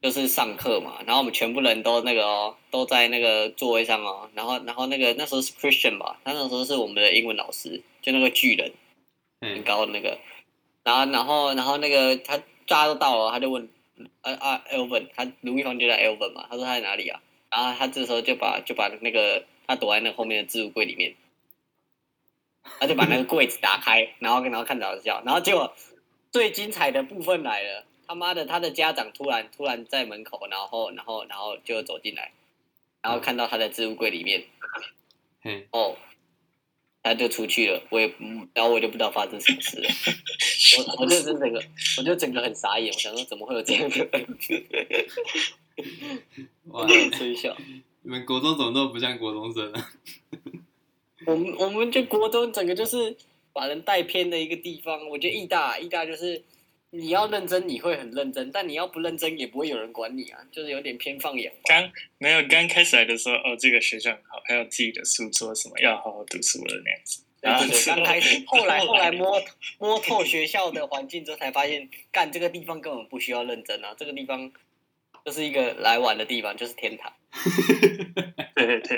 Speaker 3: 就是上课嘛，然后我们全部人都那个哦，都在那个座位上哦，然后然后那个那时候是 Christian 吧，他那时候是我们的英文老师，就那个巨人很
Speaker 4: 嗯，
Speaker 3: 高的那个，然后然后然后那个他大家都到了，他就问呃啊 Elvin，他卢玉芳就在 Elvin 嘛，他说他在哪里啊？然后他这时候就把就把那个他躲在那后面的置物柜里面，他就把那个柜子打开， 然后然后看着老师笑，然后结果最精彩的部分来了，他妈的他的家长突然突然在门口，然后然后然后就走进来，然后看到他在置物柜里面，
Speaker 4: 嘿，
Speaker 3: 哦，他就出去了，我也嗯然后我就不知道发生什么事了，我我就是整个我就整个很傻眼，我想说怎么会有这样的人，
Speaker 4: 哇，
Speaker 3: 吹笑。
Speaker 4: 你们国中怎么都不像国中生啊？
Speaker 3: 我们我们就国中整个就是把人带偏的一个地方。我觉得义大义大就是你要认真，你会很认真，但你要不认真也不会有人管你啊，就是有点偏放养吧。
Speaker 1: 刚没有刚开始来的时候，哦，这个学校很好，还有自己的书桌什么，要好好读书了那样子。
Speaker 3: 对
Speaker 1: 然后
Speaker 3: 对对，
Speaker 1: 之
Speaker 3: 刚
Speaker 1: 后
Speaker 3: 开始，后 来后
Speaker 1: 后
Speaker 3: 来
Speaker 1: 来
Speaker 3: 摸摸透学校的环境之后，才发现，干这个地方根本不需要认真啊，这个地方就是一个来玩的地方，就是天堂。
Speaker 1: 对对对，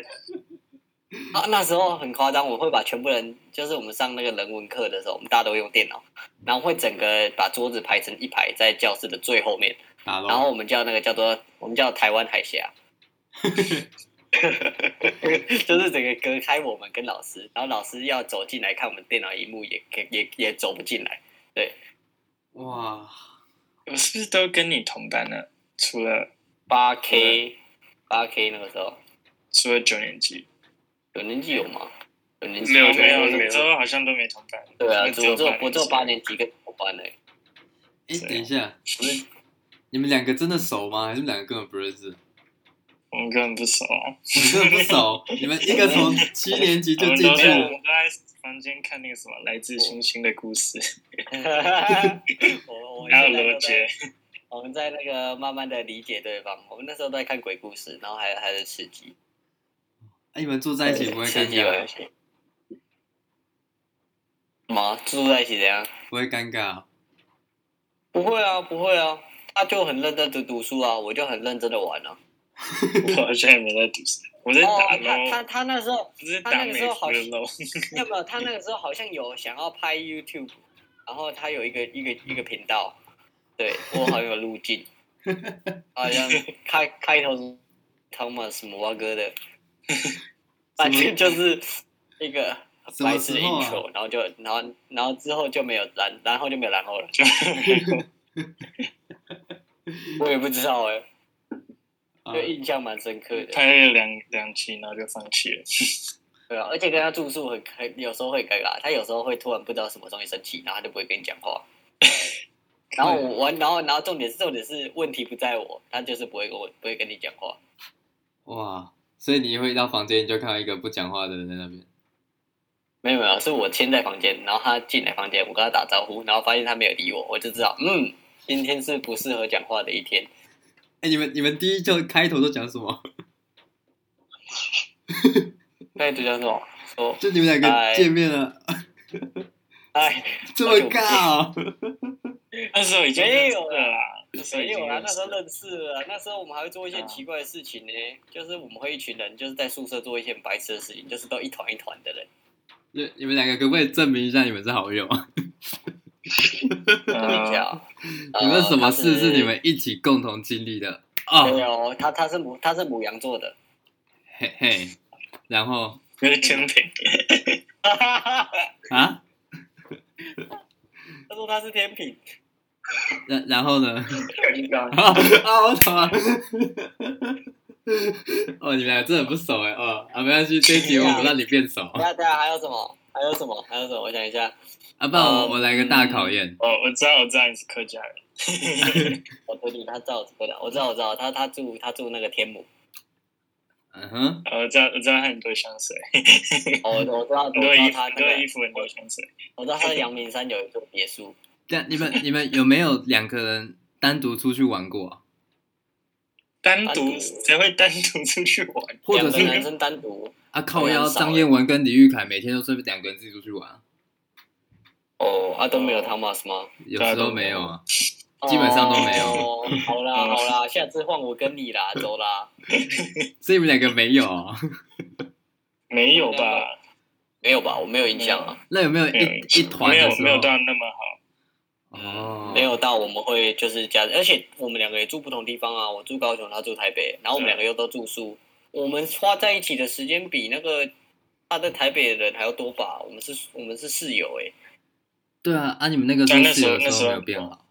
Speaker 3: 啊，那时候很夸张，我会把全部人，就是我们上那个人文课的时候，我们大家都用电脑，然后会整个把桌子排成一排，在教室的最后面，
Speaker 4: 打
Speaker 3: 然后
Speaker 4: 龙，
Speaker 3: 我们叫那个叫做我们叫台湾海峡，就是整个隔开我们跟老师，然后老师要走进来看我们电脑荧幕也也也也走不进来，
Speaker 4: 哇，
Speaker 1: 我是不是都跟你同班呢？除了
Speaker 3: 八 K 八 K 那个时候
Speaker 1: 除了九年级，
Speaker 3: 有年纪有吗？有年纪
Speaker 2: 没有
Speaker 1: 没
Speaker 2: 没有
Speaker 1: 有，之后好像都没同班。
Speaker 3: 对啊，
Speaker 1: 那
Speaker 3: 只
Speaker 1: 只有
Speaker 3: 有只有
Speaker 1: 八
Speaker 3: 我只有
Speaker 1: 年级
Speaker 3: 八年级跟我班 的，
Speaker 4: 哎，
Speaker 1: 对啊
Speaker 4: 等一下，
Speaker 3: 不是
Speaker 4: 你们两个真的熟吗？还是你们两个根本不 认识？你
Speaker 1: 我们根本不熟啊，
Speaker 4: 们根本不熟，你们一个从七年级
Speaker 1: 我
Speaker 4: 就
Speaker 1: 们
Speaker 4: 进
Speaker 1: 都
Speaker 4: 去
Speaker 1: 在我
Speaker 4: 了，
Speaker 1: 们都在房间看那个什么《来自星星的故事》，
Speaker 3: 我我
Speaker 1: 还有
Speaker 3: 现在
Speaker 1: 罗
Speaker 3: 都在
Speaker 1: 杰，
Speaker 3: 我们在那个慢慢的理解对方。我们那时候都在看鬼故事，然后还还在吃鸡，
Speaker 4: 哎，你们坐在一起不会尴
Speaker 3: 吃鸡玩
Speaker 4: 尬
Speaker 3: 游，戏。什么住在一起怎样？
Speaker 4: 不会尴尬哦，
Speaker 3: 不会啊，不会啊，他就很认真的读书啊，我就很认真的玩啊。
Speaker 1: 我好像也没在读书，我在
Speaker 3: 哦
Speaker 1: 打，
Speaker 3: 他他
Speaker 1: 喽，
Speaker 3: 他那时候
Speaker 1: 只是
Speaker 3: 他
Speaker 1: 打
Speaker 3: 那
Speaker 1: 美
Speaker 3: 个时候
Speaker 1: 服
Speaker 3: 好
Speaker 1: 的
Speaker 3: 像
Speaker 1: 喽。
Speaker 3: 要不他那个时候好像有想要拍 YouTube，然后他有一个一个一个频道，对我好像有路 径，好像开开头是 Thomas 摩阿哥的， 反正就是一个
Speaker 4: 什
Speaker 3: 白
Speaker 4: 么
Speaker 3: 痴的
Speaker 4: 时候啊
Speaker 3: intro，、然后就然后然后之后就没有然然后就没有然后了，我也不知道哎、
Speaker 4: 啊
Speaker 3: 就印象蛮深刻的。
Speaker 1: 拍了两两期，然后就放弃了。
Speaker 3: 对啊，而且跟他住宿很很有时候会尴尬，他有时候会突然不知道什么东西生气，然后他就不会跟你讲话。 然后我然后然后重点是重点是问题不在我，他就是不会跟我不会跟你讲话。
Speaker 4: 哇，所以你一会到房间，你就看到一个不讲话的人在那边，
Speaker 3: 没有没有，是我先在房间，然后他进来房间，我跟他打招呼，然后发现他没有理我，我就知道，嗯，今天是不适合讲话的一天。
Speaker 4: 哎，你们你们第一就开头都讲什么？
Speaker 3: 那就叫什么？说，
Speaker 4: 就你们两
Speaker 3: 哎
Speaker 4: 个见面了，
Speaker 3: 哎，
Speaker 4: 这么尬哦，
Speaker 1: 那时候已经
Speaker 3: 没有
Speaker 1: 认识了啦，那时候已
Speaker 3: 没
Speaker 1: 经
Speaker 3: 有啦，
Speaker 1: 认
Speaker 3: 那
Speaker 1: 识
Speaker 3: 时候
Speaker 1: 了
Speaker 3: 认识了啊，那时候我们还会做一些奇怪的事情呢、就是我们会一群人就是在宿舍做一些很白痴的事情，就是都一团一团的人。
Speaker 4: 就你们两个可不可以证明一下你们是好友？
Speaker 3: 等一下
Speaker 1: 嗯
Speaker 3: 啊，
Speaker 4: 有没有什么事
Speaker 3: 呃
Speaker 4: 是你？们一起共同经历的？
Speaker 3: 他是没
Speaker 4: 哦，
Speaker 3: 有，他他是母他是母羊座的，
Speaker 4: 嘿嘿，然后
Speaker 1: 就是天平，
Speaker 3: 他
Speaker 4: 啊，
Speaker 3: 说他是天平，
Speaker 4: 然然后呢？
Speaker 1: 刚
Speaker 4: 啊 啊！我懂了。 哦，你们俩真的很不熟哎，哦啊，没关系，这一集我们让你变熟
Speaker 3: 等一下等一下还有什么？还有什么？还有什么？我想一下，
Speaker 4: 啊，不然我我来个大
Speaker 3: 嗯
Speaker 4: 考验，
Speaker 1: 哦，我知道，我知道你是客家人，
Speaker 3: 我对你他照这的，我知道我知道，他他住他住那个天母，
Speaker 4: 嗯哼，
Speaker 1: 哦我知道，我知道他很多香水，
Speaker 3: 哦我我 知道我
Speaker 1: 很
Speaker 3: 知
Speaker 1: 多衣
Speaker 3: 道
Speaker 1: 服，
Speaker 3: 他
Speaker 1: 很
Speaker 3: 那
Speaker 1: 多衣
Speaker 3: 个，
Speaker 1: 服，很多香水。
Speaker 3: 我知道他在阳明山有一座别墅，
Speaker 4: 但你们你们有没有两个人单独出去玩过啊？
Speaker 1: 单
Speaker 3: 单
Speaker 1: 独
Speaker 3: 独
Speaker 1: 谁会单独出去 玩？
Speaker 4: 或者
Speaker 3: 两个男
Speaker 4: 是
Speaker 3: 生单独，
Speaker 4: 啊靠
Speaker 3: 我
Speaker 4: 腰
Speaker 3: 很少欸
Speaker 4: 张燕文跟李玉凯每天都是两个人自己出去玩，
Speaker 3: 哦啊都没有 Thomas 吗？
Speaker 4: 有时候没有啊，基本上都没有
Speaker 3: 哦哦，好 啦好啦，下次换我跟你啦，走啦。
Speaker 4: 所以你们两个没有啊？
Speaker 1: 没有吧？
Speaker 3: 没有吧？我没有印象啊，
Speaker 4: 那有没有
Speaker 1: 没有
Speaker 4: 一一团
Speaker 1: 没
Speaker 4: 的
Speaker 1: 有
Speaker 4: 时
Speaker 1: 没有啊
Speaker 4: 候？
Speaker 1: 到那么好。
Speaker 4: 哦，
Speaker 3: 没有到我们会就是家，而且我们两个也住不同地方啊，我住高雄，他住台北，然后我们两个又都住宿，我们花在一起的时间比那个他在台北的人还要多吧？我们是，我们是室友哎、
Speaker 4: 对啊，啊，你们那个时
Speaker 1: 但
Speaker 4: 候
Speaker 1: 那
Speaker 4: 室
Speaker 1: 时候
Speaker 4: 友的
Speaker 1: 那时
Speaker 4: 时
Speaker 1: 候
Speaker 4: 候没有变好，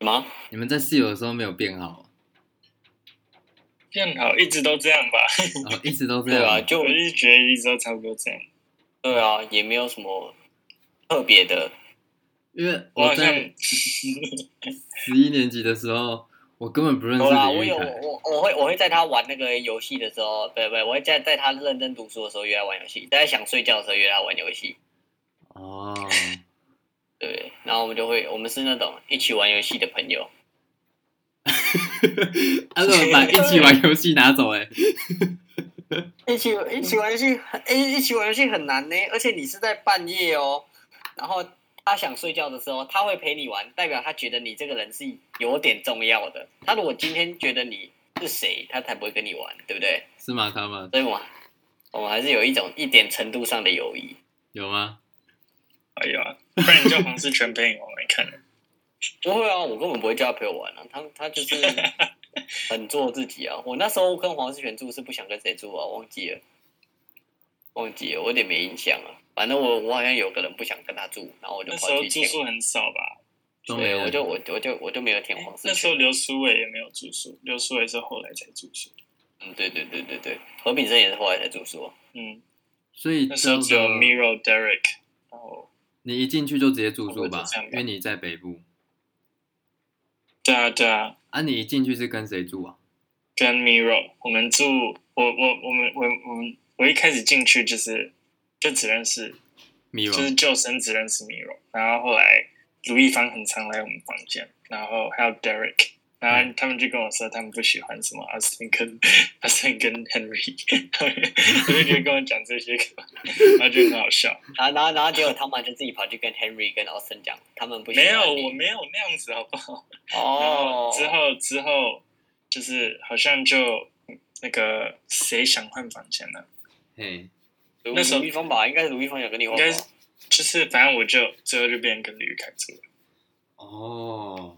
Speaker 3: 什么？
Speaker 4: 你们在室友的时候没有变好，
Speaker 1: 变好一直都这样吧，
Speaker 4: 哦，一直都这
Speaker 3: 对啊，
Speaker 4: 样。
Speaker 3: 就
Speaker 1: 我一直觉得一直都差不多这样。
Speaker 3: 对啊，也没有什么特别的。
Speaker 4: 因为
Speaker 1: 我好
Speaker 4: 我
Speaker 1: 像
Speaker 4: 在十一年级的时候，我根本不认识
Speaker 3: 有啦，我
Speaker 4: 李
Speaker 3: 有
Speaker 4: 玉凯。
Speaker 3: 我我会我会在他玩那个游戏的时候，对不对？我会在在他认真读书的时候约他玩游戏，在他想睡觉的时候约他玩游戏，
Speaker 4: 哦，
Speaker 3: 对。然后我们就会，我们是那种一起玩游戏的朋友，
Speaker 4: 他怎么把一起玩游戏拿走、欸？哎，
Speaker 3: 一起一起玩游戏，一一起玩游戏很难呢，而且你是在半夜哦。然后他想睡觉的时候，他会陪你玩，代表他觉得你这个人是有点重要的。他如果今天觉得你是谁，他才不会跟你玩，对不对？
Speaker 4: 是吗？他们
Speaker 3: 所以我们我们还是有一种一点程度上的友谊。
Speaker 4: 有吗？
Speaker 1: 哎呀，不然你叫黄世全陪你玩玩看。
Speaker 3: 不会啊，我根本不会叫他陪我玩啊，他他 就是很做自己啊。我那时候跟黄世全住是不想跟谁住啊，忘记了，忘记了，我有点没印象了。反正我我好像有个人不想跟他住，然后我就
Speaker 1: 那时
Speaker 3: 跑
Speaker 1: 候
Speaker 3: 去
Speaker 1: 住
Speaker 3: 填，
Speaker 1: 宿很少吧？
Speaker 4: 都没
Speaker 3: 对，
Speaker 4: 有。
Speaker 3: 我就我我就我就没有填黄世
Speaker 1: 哎那时候
Speaker 3: 全。
Speaker 1: 刘书伟也没有住宿，刘书伟是后来才住宿。
Speaker 3: 嗯，对对对对对，何炳生也是后来才住宿啊。
Speaker 1: 嗯，
Speaker 4: 所以
Speaker 1: 那时候
Speaker 4: 叫
Speaker 1: 只有
Speaker 4: 做
Speaker 1: Miro、Derek，然后
Speaker 4: 你一进去就直接住宿
Speaker 1: 我
Speaker 4: 吧
Speaker 1: 就这样，吧
Speaker 4: 因为你在北部。
Speaker 1: 对啊对啊，
Speaker 4: 啊，你一进去是跟谁住啊？
Speaker 1: 跟 Miro，我们住我我我们我我们我一开始进去就是就只认识
Speaker 4: 米
Speaker 1: 就是
Speaker 4: 柔。
Speaker 1: 救生只认识 Miro，然后后来卢一芳很常来我们房间，然后还有 Derek，然后他们就跟我说他们不喜欢什么 Austin 跟 Austin 跟 Henry，他们 就跟我讲这些，然后就很好笑。
Speaker 3: 然后然后然后结果他们就自己跑去跟 Henry 跟 Austin 讲，他们不喜
Speaker 1: 没
Speaker 3: 欢
Speaker 1: 有，
Speaker 3: 你
Speaker 1: 我没有那样子，好不好？然
Speaker 3: 哦
Speaker 1: 后，之后之后就是好像就那个谁想换房间了，
Speaker 4: 嘿，
Speaker 3: 卢
Speaker 1: 那时候
Speaker 3: 卢一峰吧，应该是卢一峰有跟哦你
Speaker 1: 应
Speaker 3: 换
Speaker 1: 该
Speaker 3: 吧
Speaker 1: 是。就是反正我就最后就变成跟李玉凯住了。
Speaker 4: 哦，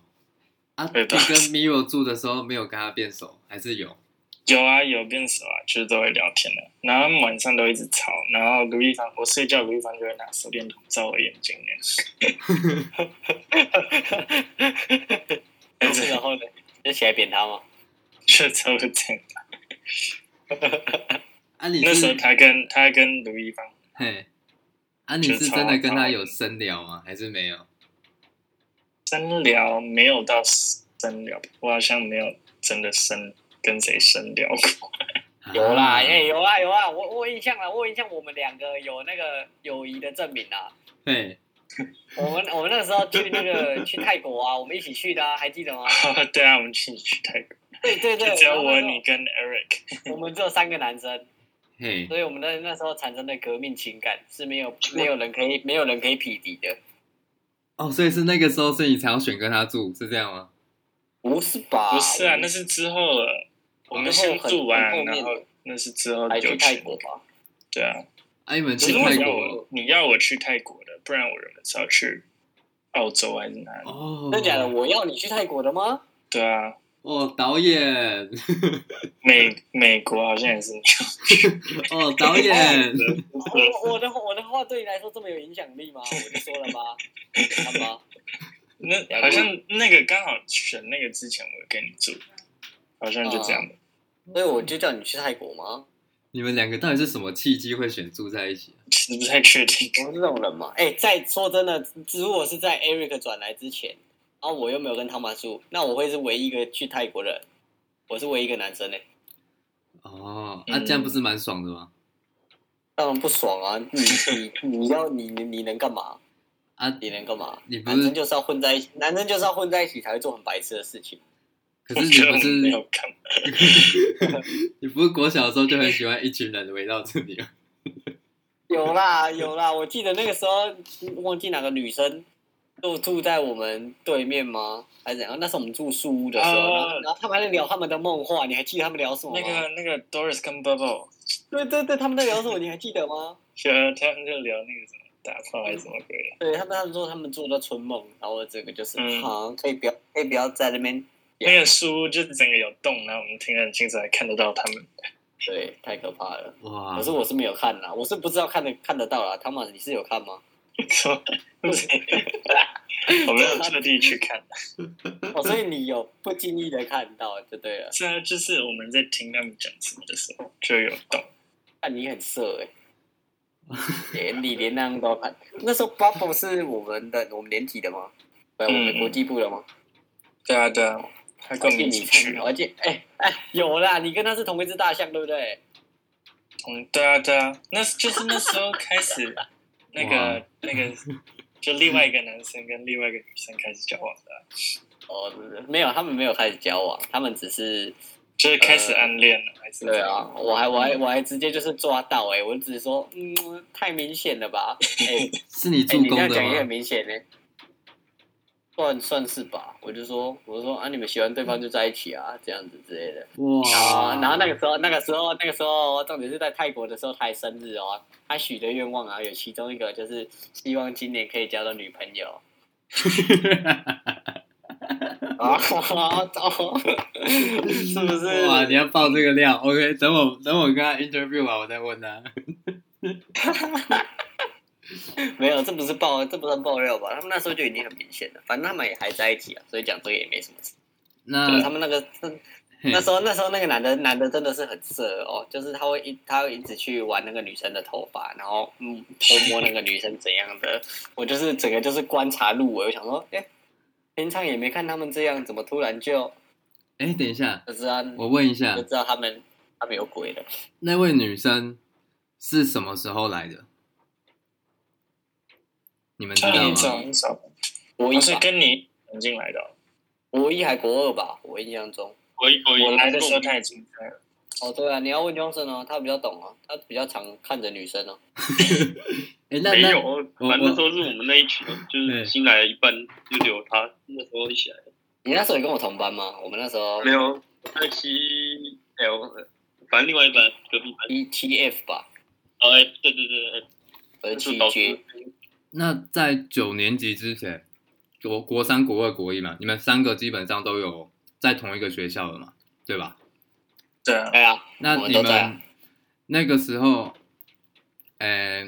Speaker 4: 啊，你
Speaker 1: 对吧
Speaker 4: 跟米柔住的时候没有跟他变熟，还是有？
Speaker 1: 有啊，有变熟啊，就是都会聊天的。然后他们晚上都一直吵，然后卢一凡，我睡觉，卢一凡就会拿手电筒照我眼睛呢。但是
Speaker 3: 然后呢，就起来扁他吗？
Speaker 1: 就超这样。
Speaker 4: 啊，你是
Speaker 1: 那时候他跟他跟卢一凡，
Speaker 4: 嘿，啊，你是真的跟他有深聊吗？还是没有？
Speaker 1: 真聊没有到真聊，我好像没有真的深跟谁深聊过。
Speaker 3: 有啦，
Speaker 4: 啊
Speaker 3: 哎、有啦，有啦，我我有印象了，我有印象我们两个有那个友谊的证明啊。
Speaker 4: 嘿，
Speaker 3: 我们我们那时候去那 个去泰国啊，我们一起去的啊，还记得吗？
Speaker 1: 对啊，我们一起去泰国，
Speaker 3: 对对对，
Speaker 1: 就只有
Speaker 3: 然后
Speaker 1: 我
Speaker 3: 那时候
Speaker 1: 你，跟 Eric。
Speaker 3: 我们只有三个男生，
Speaker 4: 嘿，
Speaker 3: 所以我们那那时候产生的革命情感是没有没有人可以没有人可以匹敌的。
Speaker 4: 哦，所以是那个时候，所以你才要选跟他住，是这样吗？
Speaker 3: 不是吧？
Speaker 1: 不是啊，
Speaker 3: 我们
Speaker 1: 那是之后了。我们
Speaker 3: 之
Speaker 1: 先
Speaker 3: 后很
Speaker 1: 住
Speaker 3: 很
Speaker 1: 啊
Speaker 3: 后
Speaker 1: 完，然
Speaker 3: 面
Speaker 1: 后那是之后
Speaker 3: 还
Speaker 1: 有
Speaker 3: 去泰国吧？
Speaker 1: 对啊。
Speaker 4: 啊，你们
Speaker 1: 可
Speaker 4: 去
Speaker 1: 是
Speaker 4: 泰
Speaker 1: 你要
Speaker 4: 国？
Speaker 1: 我你要我去泰国的，不然我原本是要去澳洲还是哪里？
Speaker 4: 哦，
Speaker 3: 真的假的？我要你去泰国的吗？
Speaker 1: 对啊，
Speaker 4: 哦，导演，
Speaker 1: 美美国好像也是 你
Speaker 4: 哦，导
Speaker 1: 哎
Speaker 4: 演，
Speaker 3: 我我的我的话对你来说这么有影响力吗？我就说了吧，好吗？
Speaker 1: 那好像那个刚好选那个之前我有跟你住，好像就这样
Speaker 3: 嗯
Speaker 1: 的，
Speaker 3: 所以我就叫你去泰国吗？
Speaker 4: 你们两个到底是什么契机会选住在一起啊？
Speaker 1: 其实不太确定。
Speaker 3: 我是这种人嘛。哎、在说真的，如果是在 Eric 转来之前，然后我又没有跟汤马叔，那我会是唯一一个去泰国的人，我是唯一一个男生呢、欸
Speaker 4: 哦，那、这样不是
Speaker 3: 嗯
Speaker 4: 蛮爽的吗？
Speaker 3: 当然不爽啊！你你你要你你你能干嘛？
Speaker 4: 啊，
Speaker 3: 你能干嘛？
Speaker 4: 你不是
Speaker 3: 男生就是要混在一起，男生就是要混在一起才会做很白痴的事情。
Speaker 4: 可是
Speaker 1: 我
Speaker 4: 你
Speaker 1: 觉得
Speaker 4: 不
Speaker 1: 我们没
Speaker 4: 是
Speaker 1: 有看，
Speaker 4: 你不是国小的时候就很喜欢一群人围绕着你吗？啊
Speaker 3: 有啦有啦，我记得那个时候忘记哪个女生，就住在我们对面吗？还是怎样？那是我们住树屋的时候，
Speaker 1: 啊
Speaker 3: 然后然后他们还在聊他们的梦话，你还记得他们聊什么吗？
Speaker 1: 那个那个 Doris 跟 Bubble，
Speaker 3: 对对对，他们在聊什么？你还记得吗？
Speaker 1: 就他们就聊那个什么打炮还是什么鬼的，
Speaker 3: 对他们，他们说他们做的春梦，然后我整个就是，
Speaker 1: 嗯
Speaker 3: 好、可以不要，可以不要在那边，
Speaker 1: 那个书就整个有洞，然后我们听得很清楚，还看得到他们。
Speaker 3: 对，太可怕了。
Speaker 4: 哇
Speaker 3: 可是我是没有看啦，我是不知道看得看得到啦。汤马，你是有看吗？
Speaker 1: 说，我没有特地去看，嗯
Speaker 3: 哦，所以你有不经意的看到就对了。
Speaker 1: 这就是我们在听他们讲什么的时候就有洞。
Speaker 3: 但你很色 哎、欸，连你连那样都要看。那时候 Bubble 是我们的我们年级的吗？对，我们
Speaker 1: 嗯
Speaker 3: 国际部的吗？
Speaker 1: 对啊，对啊，他
Speaker 3: 我
Speaker 1: 跟我
Speaker 3: 记
Speaker 1: 们一
Speaker 3: 你
Speaker 1: 起去
Speaker 3: 看，。我记哎哎有啦，你跟他是同一只大象对不对？
Speaker 1: 嗯，对啊，对啊，那是就是那时候开始，那
Speaker 4: 哇
Speaker 1: 个那个，就另外一个男生跟另外一个女生开始交往的啊，
Speaker 3: 哦，没有，他们没有开始交往，他们只是
Speaker 1: 就是开始暗恋了，还是
Speaker 3: 对啊，我还我还我还直接就是抓到哎、我只是说嗯太明显了 吧？哎、
Speaker 4: 是你
Speaker 3: 哎
Speaker 4: 助
Speaker 3: 你这
Speaker 4: 攻
Speaker 3: 样
Speaker 4: 的
Speaker 3: 讲也很
Speaker 4: 吗？
Speaker 3: 明显呢、欸算算是吧，我就说，我就说啊，你们喜欢对方就在一起啊，这样子之类的。啊
Speaker 4: 哇，，
Speaker 3: 然后那个时候，那个时候，那个时候，重点是在泰国的时候，他还生日哦。他许的愿望啊，有其中一个就是希望今年可以交到女朋 友。 啊，哦，是不是？
Speaker 4: 哇，你要爆这个料，OK？等我等我跟他 interview 完，我再问他。
Speaker 3: 没有，这不是爆，这不算爆料吧？他们那时候就已经很明显了，反正他们也还在一起啊，所以讲这个也没什么事。
Speaker 4: 那
Speaker 3: 他们那个
Speaker 4: 嘿
Speaker 3: 那时候那时候那个男的男的真的是很色哦，就是他会一他会一直去玩那个女生的头发，然后嗯偷摸那个女生怎样的，我就是整个就是观察入微，我想说，哎、平常也没看他们这样，怎么突然就
Speaker 4: 哎，等一下，
Speaker 3: 就知道
Speaker 4: 我问一下
Speaker 3: 就，知道他们他们有鬼了？
Speaker 4: 那位女生是什么时候来的？你们知
Speaker 1: 他
Speaker 4: 道
Speaker 1: 很
Speaker 4: 吗？
Speaker 2: 啊
Speaker 1: 早很早，
Speaker 3: 国
Speaker 4: 哦
Speaker 3: 一
Speaker 1: 我是
Speaker 3: 吧，
Speaker 1: 跟你很进来的哦，
Speaker 3: 国一还国二吧，我印象中。
Speaker 2: 我一我一
Speaker 1: 我来的时候他已经在了，
Speaker 3: 哦，对啊，你要问 Johnson 哦，他比较懂哦，他比较常看着女生哦。
Speaker 4: 哎，那
Speaker 2: 没
Speaker 4: 那
Speaker 2: 有，啊反正那时候是我们那一群，就是新来的一半就只有他那时候一起来。
Speaker 3: 你那时候也跟我同班吗？我们那时候
Speaker 2: 没有，在西哎 L，反正另外一班隔壁班。
Speaker 3: 一七 E F 吧，
Speaker 2: 哦，哎对对对，
Speaker 3: 还是
Speaker 2: 那
Speaker 3: 七
Speaker 2: 是导
Speaker 3: J？
Speaker 2: 师。
Speaker 4: 那在九年级之前，国国三、国二、国一嘛，你们三个基本上都有在同一个学校了嘛，对吧？
Speaker 1: 对啊，
Speaker 3: 对啊，
Speaker 4: 那
Speaker 3: 我们
Speaker 4: 你
Speaker 3: 都在啊
Speaker 4: 们那个时候，呃，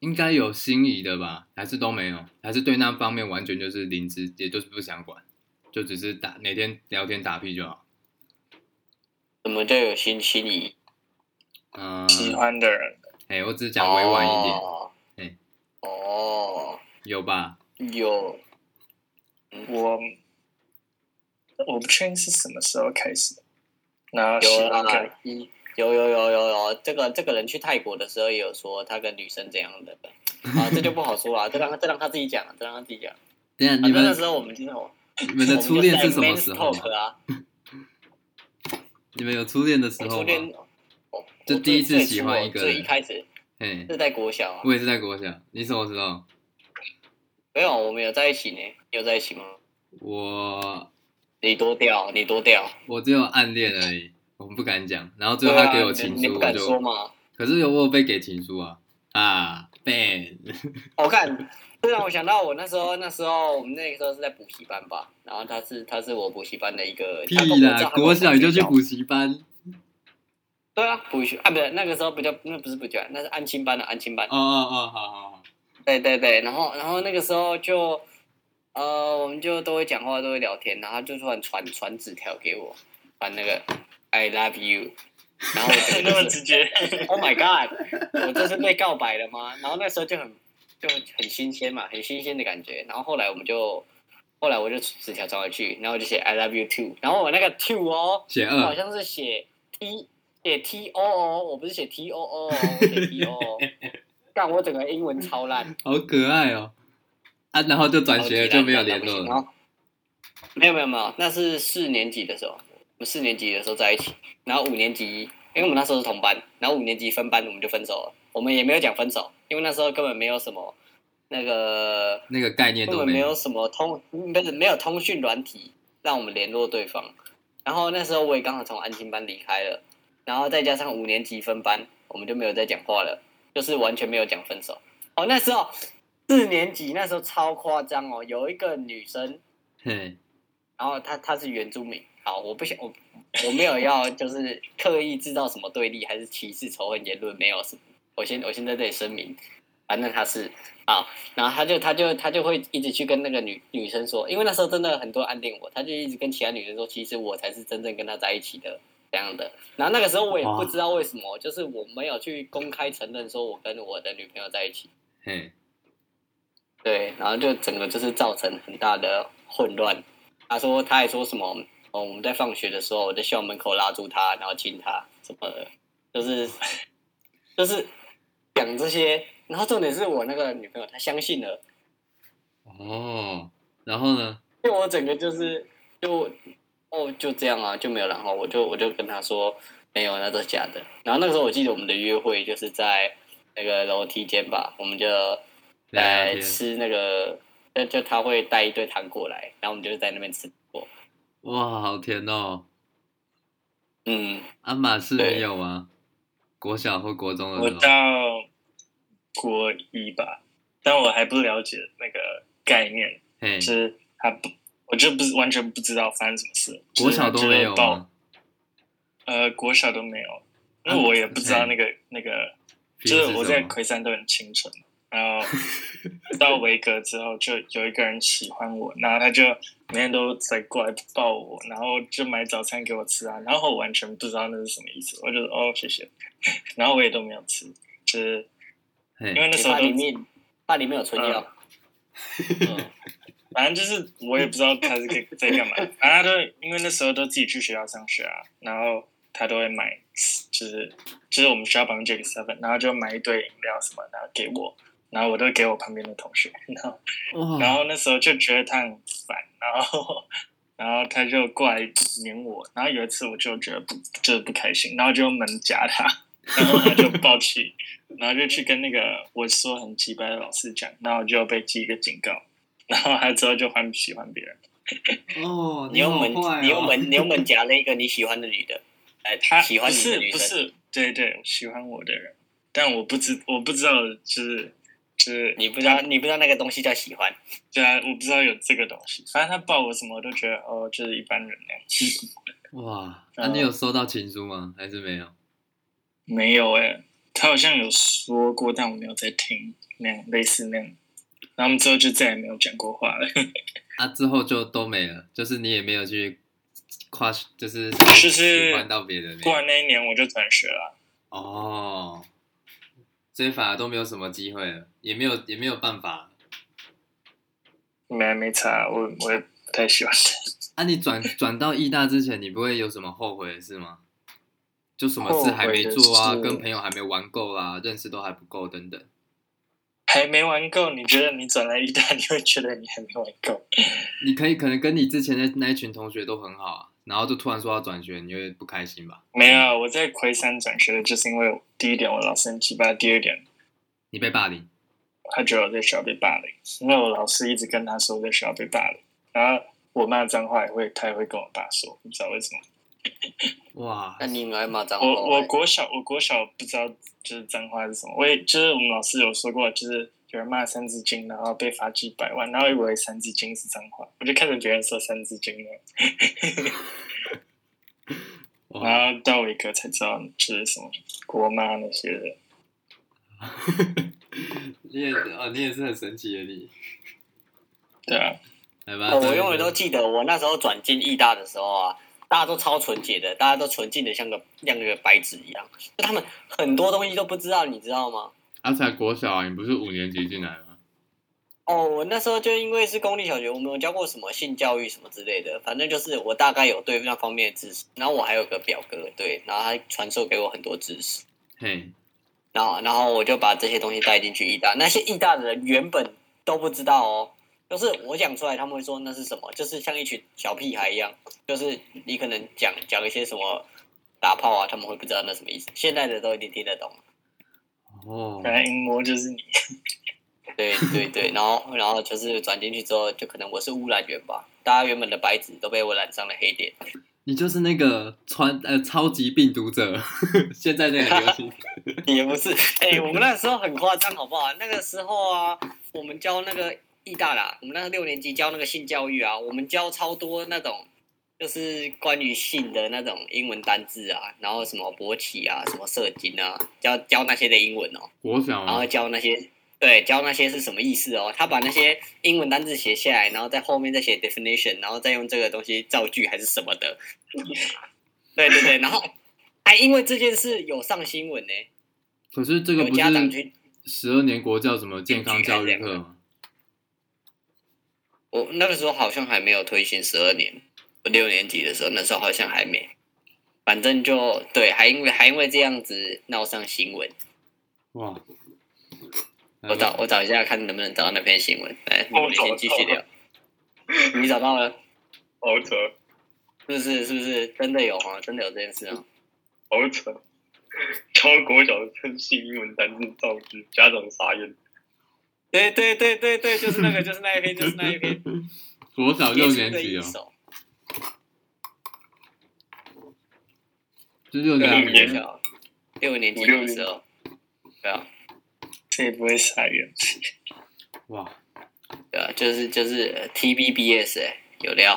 Speaker 4: 应该有心仪的吧？还是都没有？还是对那方面完全就是零知，也就是不想管，就只是打每天聊天打屁就好。
Speaker 3: 我们就有心心仪，
Speaker 4: 嗯、
Speaker 1: 喜欢的人，
Speaker 4: 哎、我只是讲委婉一点，
Speaker 3: 点
Speaker 4: 嘿。
Speaker 3: 哦，
Speaker 4: 有吧？
Speaker 3: 有
Speaker 1: 我我不确定是什么时候开始的，然
Speaker 4: 啊
Speaker 1: 后喜
Speaker 3: 有啊
Speaker 1: 欢的人
Speaker 3: 啦，一有有有有有，这个这个人去泰国的时候也有说他跟女生怎样的，啊，这就不好说啦，这让他这让他自己讲，这让他自己讲。
Speaker 4: 等一下
Speaker 3: 反
Speaker 4: 啊你
Speaker 3: 正那
Speaker 4: 们
Speaker 3: 时候我们啊就是我
Speaker 4: 你们的初恋是什么时候
Speaker 3: 们就
Speaker 4: 啊
Speaker 3: 在 men's？talk 啊？
Speaker 4: 你们有初恋的时
Speaker 3: 我
Speaker 4: 候
Speaker 3: 初
Speaker 4: 吗
Speaker 3: 恋？，哦我
Speaker 4: 就
Speaker 3: 我
Speaker 4: 第一
Speaker 3: 最
Speaker 4: 次喜
Speaker 3: 最初哦
Speaker 4: 欢一个
Speaker 3: 我最
Speaker 4: 人
Speaker 3: 一开始
Speaker 4: 嘿，
Speaker 3: 是在国小啊，
Speaker 4: 我也是在国小，你什么时候？
Speaker 3: 没有，我们有在一起呢，你有在一起吗？
Speaker 4: 我
Speaker 3: 你多掉，你多掉，
Speaker 4: 我只有暗恋而已，我不敢讲。然后最后他给我情
Speaker 3: 啊你
Speaker 4: 书，
Speaker 3: 不
Speaker 4: 我
Speaker 3: 敢说
Speaker 4: 就
Speaker 3: 嘛？
Speaker 4: 可是有我有被给情书啊啊被
Speaker 3: 我看，这啊让我想到我那时候，那时候我们那个时候是在补习班吧，然后他是他是我补习班的一个，
Speaker 4: 屁
Speaker 3: 他跟我知
Speaker 4: 啦！
Speaker 3: 道他跟
Speaker 4: 国
Speaker 3: 我
Speaker 4: 小你就去
Speaker 3: 同学
Speaker 4: 补习班
Speaker 3: 对啊，补习啊，不是那个时候不叫那不是补习班，那是安亲班的安亲班
Speaker 4: 哦，哦哦，好好好，
Speaker 3: 对对对，然后然后那个时候就呃，我们就都会讲话，都会聊天，然后他就突然传传纸条给我，传那个 I love you，然后我真的
Speaker 1: 那
Speaker 3: 就
Speaker 1: 么
Speaker 3: 是
Speaker 1: 直接，
Speaker 3: Oh my god！我这是被告白了吗？然后那时候就很就很新鲜嘛，很新鲜的感觉。然后后来我们就，后来我就纸条传回去，然后我就写 I love you too。然后我那个 too 哦，
Speaker 4: 写
Speaker 3: 我好
Speaker 4: 二，
Speaker 3: 像是写 t 写 t o o，我不是写 t o o，哦，我写 t o o。但我整个英文超烂，
Speaker 4: 好可爱哦啊！然后就转学了，
Speaker 3: 超级烂
Speaker 4: 就没有联络
Speaker 3: 然
Speaker 4: 了。
Speaker 3: 后没有没有没有，那是四年级的时候，我们四年级的时候在一起，然后五年级，因为我们那时候是同班，然后五年级分班我们就分手了，我们也没有讲分手，因为那时候根本没有什么那个
Speaker 4: 那个概念
Speaker 3: 根
Speaker 4: 都
Speaker 3: 本没有
Speaker 4: 有。
Speaker 3: 什么通，不是没有通讯软体让我们联络对方。然后那时候我也刚好从安静班离开了，然后再加上五年级分班，我们就没有再讲话了，就是完全没有讲分手。哦，那时候四年级那时候超夸张哦，有一个女生，
Speaker 4: 嘿，
Speaker 3: 然后她她是原住民，好，我不想我我没有要就是刻意制造什么对立还是歧视仇恨言论，没有什么，我先我先在这里声明，反正她是啊，然后他就他就他就会一直去跟那个女女生说，因为那时候真的很多暗恋我，他就一直跟其他女生说，其实我才是真正跟他在一起的这样的。然后那个时候我也不知道为什么，就是我没有去公开承认说我跟我的女朋友在一起，
Speaker 4: 嘿，
Speaker 3: 对，然后就整个就是造成很大的混乱。他说他还说什么，哦，我们在放学的时候，我在校门口拉住他，然后亲他什么的，就是就是讲这些。然后重点是我那个女朋友她相信了。
Speaker 4: 哦，然后呢？
Speaker 3: 因为我整个就是就哦就这样啊，就没有然后，我就我就跟他说没有，那都是假的。然后那个时候我记得我们的约会就是在那个楼梯间吧，我们就
Speaker 4: 聊聊
Speaker 3: 来
Speaker 4: 天
Speaker 3: 吃那个，就就他会带一堆糖果来，然后我们就在那边吃果。
Speaker 4: 哇，好甜哦！
Speaker 3: 嗯，
Speaker 4: 鞍马是
Speaker 3: 对
Speaker 4: 你有吗？国小或国中
Speaker 1: 我
Speaker 4: 的时候，
Speaker 1: 到国一吧，但我还不了解那个概念，
Speaker 4: 嘿
Speaker 1: 就，是还不，我就不是完全不知道发生什么事。
Speaker 4: 国小都没有
Speaker 1: 就是报
Speaker 4: 吗？
Speaker 1: 呃，国小都没有，因
Speaker 4: 啊
Speaker 1: 为我也不知道
Speaker 4: 嘿
Speaker 1: 那个那个，
Speaker 4: 屁
Speaker 1: 就是是我在
Speaker 4: 什么
Speaker 1: 魁山都很清纯，然后到维格之后，就有一个人喜欢我，然后他就每天都在过来抱我，然后就买早餐给我吃啊，然后我完全不知道那是什么意思，我就哦谢谢， 然后我也都没有吃，就是因为
Speaker 4: 嘿，
Speaker 1: 那时候
Speaker 3: 怕
Speaker 1: 都
Speaker 3: 里面怕里面有春药。嗯
Speaker 1: 反正就是我也不知道他是在在干嘛，反正他都因为那时候都自己去学校上学啊，然后他都会买，就是就是我们学校旁边就有个 seven，然后就买一堆饮料什么，然后给我，然后我都给我旁边的同学，然后然
Speaker 4: 哇，
Speaker 1: 后那时候就觉得他很烦，然后然后他就过来黏我，然后有一次我就觉得不就是不开心，然后就用门夹他，然后他就暴气，然后就去跟那个我说很鸡掰的老师讲，然后就被记一个警告，然后他之后就换喜欢别人，
Speaker 4: 哦，
Speaker 3: 你用嗯门
Speaker 4: 好坏哦
Speaker 3: 你用门你用门夹了一个你喜欢的女的，哎，
Speaker 1: 他
Speaker 3: 喜欢
Speaker 1: 不
Speaker 3: 你的
Speaker 1: 是
Speaker 3: 女
Speaker 1: 不
Speaker 3: 生，
Speaker 1: 是对对喜欢我的人，但我不知我不知道就是就是啊
Speaker 3: 你不知道你不知道那个东西叫喜欢。
Speaker 1: 对啊，我不知道有这个东西，反正他抱我什么我都觉得哦就是一般人那样，
Speaker 4: 哇，那你有收到情书吗？还是没有？
Speaker 1: 没有哎、他好像有说过，但我没有在听那样类似那样。然后我们之后就再也没有讲过话了。
Speaker 4: 啊，之后就都没了，就是你也没有去跨，就是
Speaker 1: 是
Speaker 4: 喜欢到别人那
Speaker 1: 过完
Speaker 4: 样
Speaker 1: 那一年我就转学了，
Speaker 4: 哦，所以反而都没有什么机会了，也没有也没有办法。
Speaker 1: 没没差，我我也不太喜欢。
Speaker 4: 啊，你转转到义大之前，你不会有什么后悔的事吗？就什么事还没做
Speaker 1: 后
Speaker 4: 啊，
Speaker 1: 悔的事
Speaker 4: 跟朋友还没玩够啊，认识都还不够等等。
Speaker 1: 还没玩够，你觉得你转来一大，你会觉得你还没玩够？
Speaker 4: 你可以可能跟你之前的那一群同学都很好啊，然后就突然说要转学，你会不开心吧？
Speaker 1: 没有，啊我在魁山转学的，就是因为第一点我老师很奇葩，第二点
Speaker 4: 你被霸凌。
Speaker 1: 他觉得我在学校被霸凌，因为我老师一直跟他说我在学校被霸凌，然后我骂脏话也会，他也会跟我爸说，不知道为什么。
Speaker 4: 哇，
Speaker 3: 那你们来骂脏话？哦
Speaker 1: 我我国小我国小不知道就是脏话是什么，我也就是我们老师有说过，就是有人骂三字经，然后被罚几百万，然后以为三字经是脏话，我就看着别人说三字经了，
Speaker 3: 嗯
Speaker 4: 哇，
Speaker 1: 然后到伟哥才知道就是什么国骂那些的。
Speaker 4: 你也哦，你也是很神奇的你。
Speaker 1: 对啊，
Speaker 4: 来吧，
Speaker 3: 哦我永远都记得，我那时候转进义大的时候啊，大家都超纯洁的，大家都纯净的像个像个白纸一样，就他们很多东西都不知道，你知道吗？
Speaker 4: 阿才国小啊，你不是五年级进来吗？
Speaker 3: 哦，我那时候就因为是公立小学，我没有教过什么性教育什么之类的，反正就是我大概有对那方面的知识。然后我还有个表哥，对，然后他传授给我很多知识。
Speaker 4: 嘿，
Speaker 3: 然后然后我就把这些东西带进去义大，那些义大的人原本都不知道哦，就是我讲出来，他们会说那是什么，就是像一群小屁孩一样，就是你可能讲讲一些什么打炮啊，他们会不知道那什么意思，现在的都已经听得懂了。
Speaker 4: 哦，
Speaker 1: 本来淫魔就是你，
Speaker 3: 对对对，然后然后就是转进去之后，就可能我是污染源吧，大家原本的白纸都被我染上了黑点。
Speaker 4: 你就是那个传呃超级病毒者， 现在那个 流行，
Speaker 3: 也不是，哎、我们那时候很夸张，好不好？那个时候啊，我们教那个义大啦，我们那个六年级教那个性教育啊，我们教超多那种，就是关于性的那种英文单字啊，然后什么勃起啊，什么射精啊，教教那些的英文哦，
Speaker 4: 我想
Speaker 3: 然后
Speaker 4: 啊，
Speaker 3: 教那些。对，教那些是什么意思哦？他把那些英文单字写下来，然后在后面再写 definition，然后再用这个东西造句还是什么的。对对对，然后还因为这件事有上新闻呢、
Speaker 4: 可是这个
Speaker 3: 有
Speaker 4: 不
Speaker 3: 家长
Speaker 4: 是
Speaker 3: 去
Speaker 4: 十二年国教什么健康教育课吗？
Speaker 3: 我那个时候好像还没有推行十二年，我六年级的时候，那时候好像还没。反正就对，还因为还因为这样子闹上新闻。
Speaker 4: 哇！嗯
Speaker 3: 我找我找一下看能不能找到那篇新闻。来，你
Speaker 2: 哦
Speaker 3: 们
Speaker 2: 找
Speaker 3: 先
Speaker 2: 得
Speaker 3: 继续聊。你找到了？
Speaker 2: 好扯，
Speaker 3: 是不是？是不是真的有啊？真的有这件事啊？
Speaker 2: 好扯。教国小生性英文单字造句，家长傻眼。
Speaker 3: 对对对对对，就是那个，就是 那一篇，就是那一篇。
Speaker 4: 国小六年级
Speaker 3: 一
Speaker 4: 哦，
Speaker 3: 手，
Speaker 4: 就六
Speaker 3: 对啊，
Speaker 4: 年级
Speaker 2: 六年
Speaker 3: 国小六年级
Speaker 2: 五六年
Speaker 3: 的时候，对啊。
Speaker 1: 这也不会傻眼。
Speaker 4: 哇！
Speaker 3: 对啊，就是就是 T B B S 哎、有料，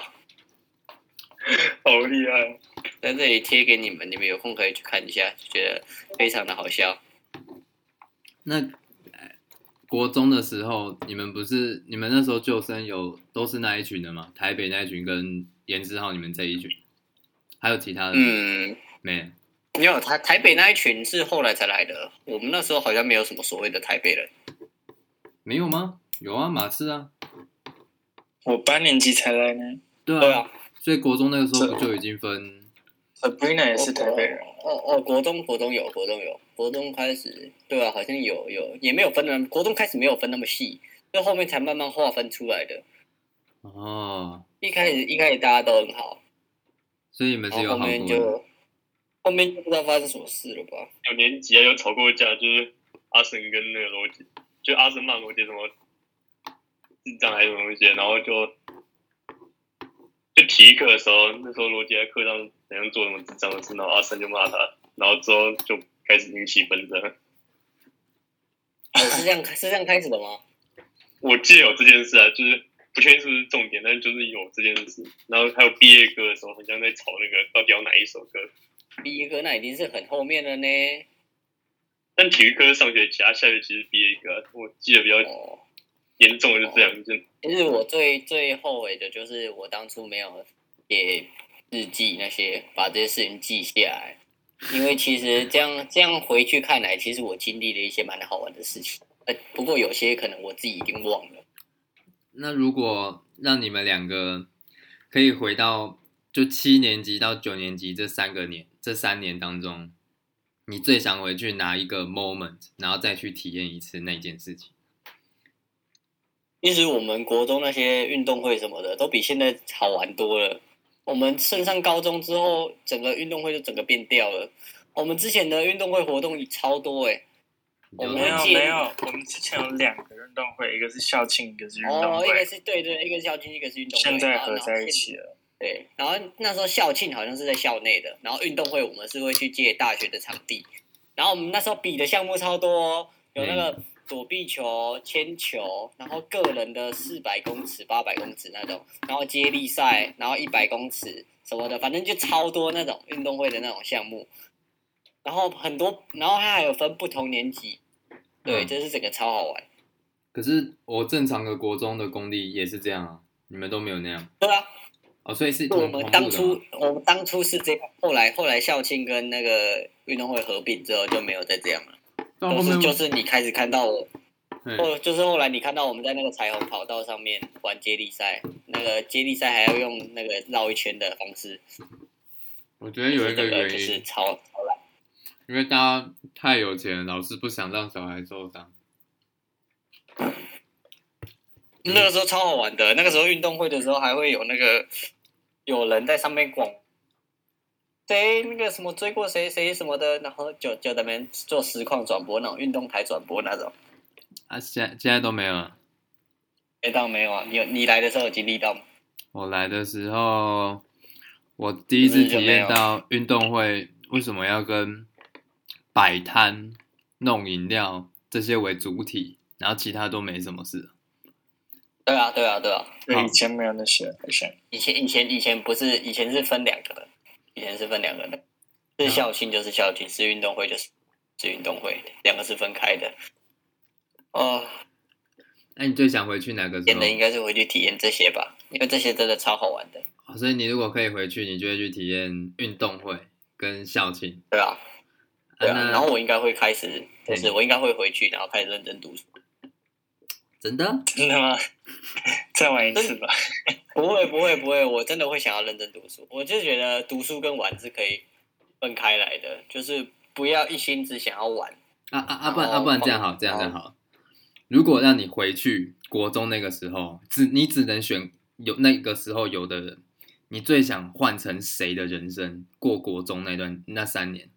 Speaker 2: 好厉害！
Speaker 3: 在这里贴给你们，你们有空可以去看一下，就觉得非常的好笑。
Speaker 4: 那呃国中的时候，你们不是你们那时候救生有都是那一群的吗？台北那一群跟严志浩你们这一群，还有其他的吗
Speaker 3: 嗯，
Speaker 4: 没？
Speaker 3: 没有台台北那一群是后来才来的，我们那时候好像没有什么所谓的台北人。
Speaker 4: 没有吗？有啊，马刺啊，
Speaker 1: 我八年级才来呢
Speaker 4: 对啊，
Speaker 3: 对啊，
Speaker 4: 所以国中那个时候不就已经分？
Speaker 1: ，Sabrina 呃也是台北人，
Speaker 3: 哦哦，国中国中有，国中有，国中开始对啊，好像有有也没有分的，国中开始没有分那么细，就后面才慢慢划分出来的。
Speaker 4: 哦，
Speaker 3: 一开始一开始大家都很好，
Speaker 4: 所以你们是
Speaker 3: 然
Speaker 4: 有
Speaker 3: 后
Speaker 4: 好
Speaker 3: 后面
Speaker 4: 过
Speaker 3: 就
Speaker 4: 的。
Speaker 3: 后面就不知道发生什么事了吧。
Speaker 2: 有年级啊，有吵过架，就是阿神跟那个罗杰，就阿神骂罗杰什么智障还是什么东西，然后就就体育课的时候，那时候罗杰在课上怎样做什么智障的事，然后阿神就骂他，然后之后就开始引起纷争。
Speaker 3: 哦，是这样是这样开始的吗？
Speaker 2: 我记得有这件事啊，就是不确定是不是重点，但是就是有这件事。然后还有毕业歌的时候，好像在吵那个到底要哪一首歌，
Speaker 3: 第一个那已经是很后面了呢。
Speaker 2: 但体育课是上学期啊，下学期是毕业歌啊、我记得比较
Speaker 3: 哦。
Speaker 2: 严重的就这两件。
Speaker 3: 其实我最最后悔的就是我当初没有写日记那些，把这些事情记下来。因为其实这样这样回去看来，其实我经历了一些蛮好玩的事情。呃，不过有些可能我自己已经忘了。
Speaker 4: 那如果让你们两个可以回到就七年级到九年级这三个年这三年当中，你最想回去拿一个 moment，然后再去体验一次那件事情？
Speaker 3: 其实我们国中那些运动会什么的，都比现在好玩多了。我们升上高中之后，整个运动会就整个变掉了。我们之前的运动会活动超多欸诶、我们
Speaker 1: 没有
Speaker 3: 记
Speaker 1: 没有，我们之前有两个运动会，一个是校庆，一个是运动
Speaker 3: 哦，一个
Speaker 1: 会，
Speaker 3: 是对对，一个是校庆，一个是运动会，啊
Speaker 1: 现在
Speaker 3: 然后
Speaker 1: 合
Speaker 3: 然后
Speaker 1: 在一
Speaker 3: 现
Speaker 1: 起了。
Speaker 3: 对，然后那时候校庆好像是在校内的，然后运动会我们是会去借大学的场地，然后我们那时候比的项目超多、哦，有那个躲避球、铅球，然后个人的四百公尺、八百公尺那种，然后接力赛，然后一百公尺什么的，反正就超多那种运动会的那种项目，然后很多，然后它还有分不同年级，对，
Speaker 4: 嗯
Speaker 3: 这是整个超好玩。
Speaker 4: 可是我正常的国中的公立也是这样啊，你们都没有那样
Speaker 3: 对啊，
Speaker 4: 哦，所以是同
Speaker 3: 我
Speaker 4: 同步
Speaker 3: 们
Speaker 4: 的
Speaker 3: 当
Speaker 4: 吗
Speaker 3: 初，我们当初是这样，后来后来校庆跟那个运动会合并之后就没有再这样了。
Speaker 4: 到
Speaker 3: 就
Speaker 4: 后面
Speaker 3: 是就是你开始看到我，
Speaker 4: 嗯
Speaker 3: 后就是后来你看到我们在那个彩虹跑道上面玩接力赛，那个接力赛还要用那个绕一圈的方式，
Speaker 4: 我觉得有一
Speaker 3: 这
Speaker 4: 个原
Speaker 3: 个
Speaker 4: 因，
Speaker 3: 就是超超烂。
Speaker 4: 因为大家太有钱了，老师不想让小孩受伤。嗯
Speaker 3: 那个时候超好玩的，那个时候运动会的时候还会有那个有人在上面广，谁那个什么追过谁谁什么的，然后就就在那边做实况转播那种运动台转播那种。
Speaker 4: 啊，现在现在都没有了。
Speaker 3: 力道没有啊？你有你来的时候有经历到吗？
Speaker 4: 我来的时候，我第一次体
Speaker 3: 哦
Speaker 4: 验到运动会为什么要跟摆摊、弄饮料这些为主体，然后其他都没什么事。
Speaker 3: 对啊，对啊，对啊。
Speaker 1: 对，
Speaker 4: 好
Speaker 1: 以前没有那些，好像
Speaker 3: 以前以前以前不是以前是分两个的，以前是分两个的，是校庆就是校庆，是运动会就是是运动会，两个是分开的。哦，
Speaker 4: 那你最想回去哪个时
Speaker 3: 演的应
Speaker 4: 候？
Speaker 3: 该是回去体验这些吧，因为这些真的超好玩的，
Speaker 4: 哦所以你如果可以回去，你就会去体验运动会跟校庆。
Speaker 3: 对吧、
Speaker 4: 啊
Speaker 3: 对啊，
Speaker 4: 那
Speaker 3: 然后我应该会开始，就是
Speaker 4: 嗯
Speaker 3: 我应该会回去，然后开始认真读书。
Speaker 4: 真的？
Speaker 1: 真的吗？ 再玩一次
Speaker 3: 哎
Speaker 1: 吧。
Speaker 3: 不会，不会，不会，我真的会想要认真读书。我就觉得读书跟玩是可以分开来的，就是不要一心只想要玩。
Speaker 4: 啊啊啊！不然
Speaker 3: 然后
Speaker 4: 啊，不然这样好，
Speaker 3: 放
Speaker 4: 这样这样好。如果让你回去国中那个时候，只你只能选有那个时候有的人，你最想换成谁的人生过国中那段那三年？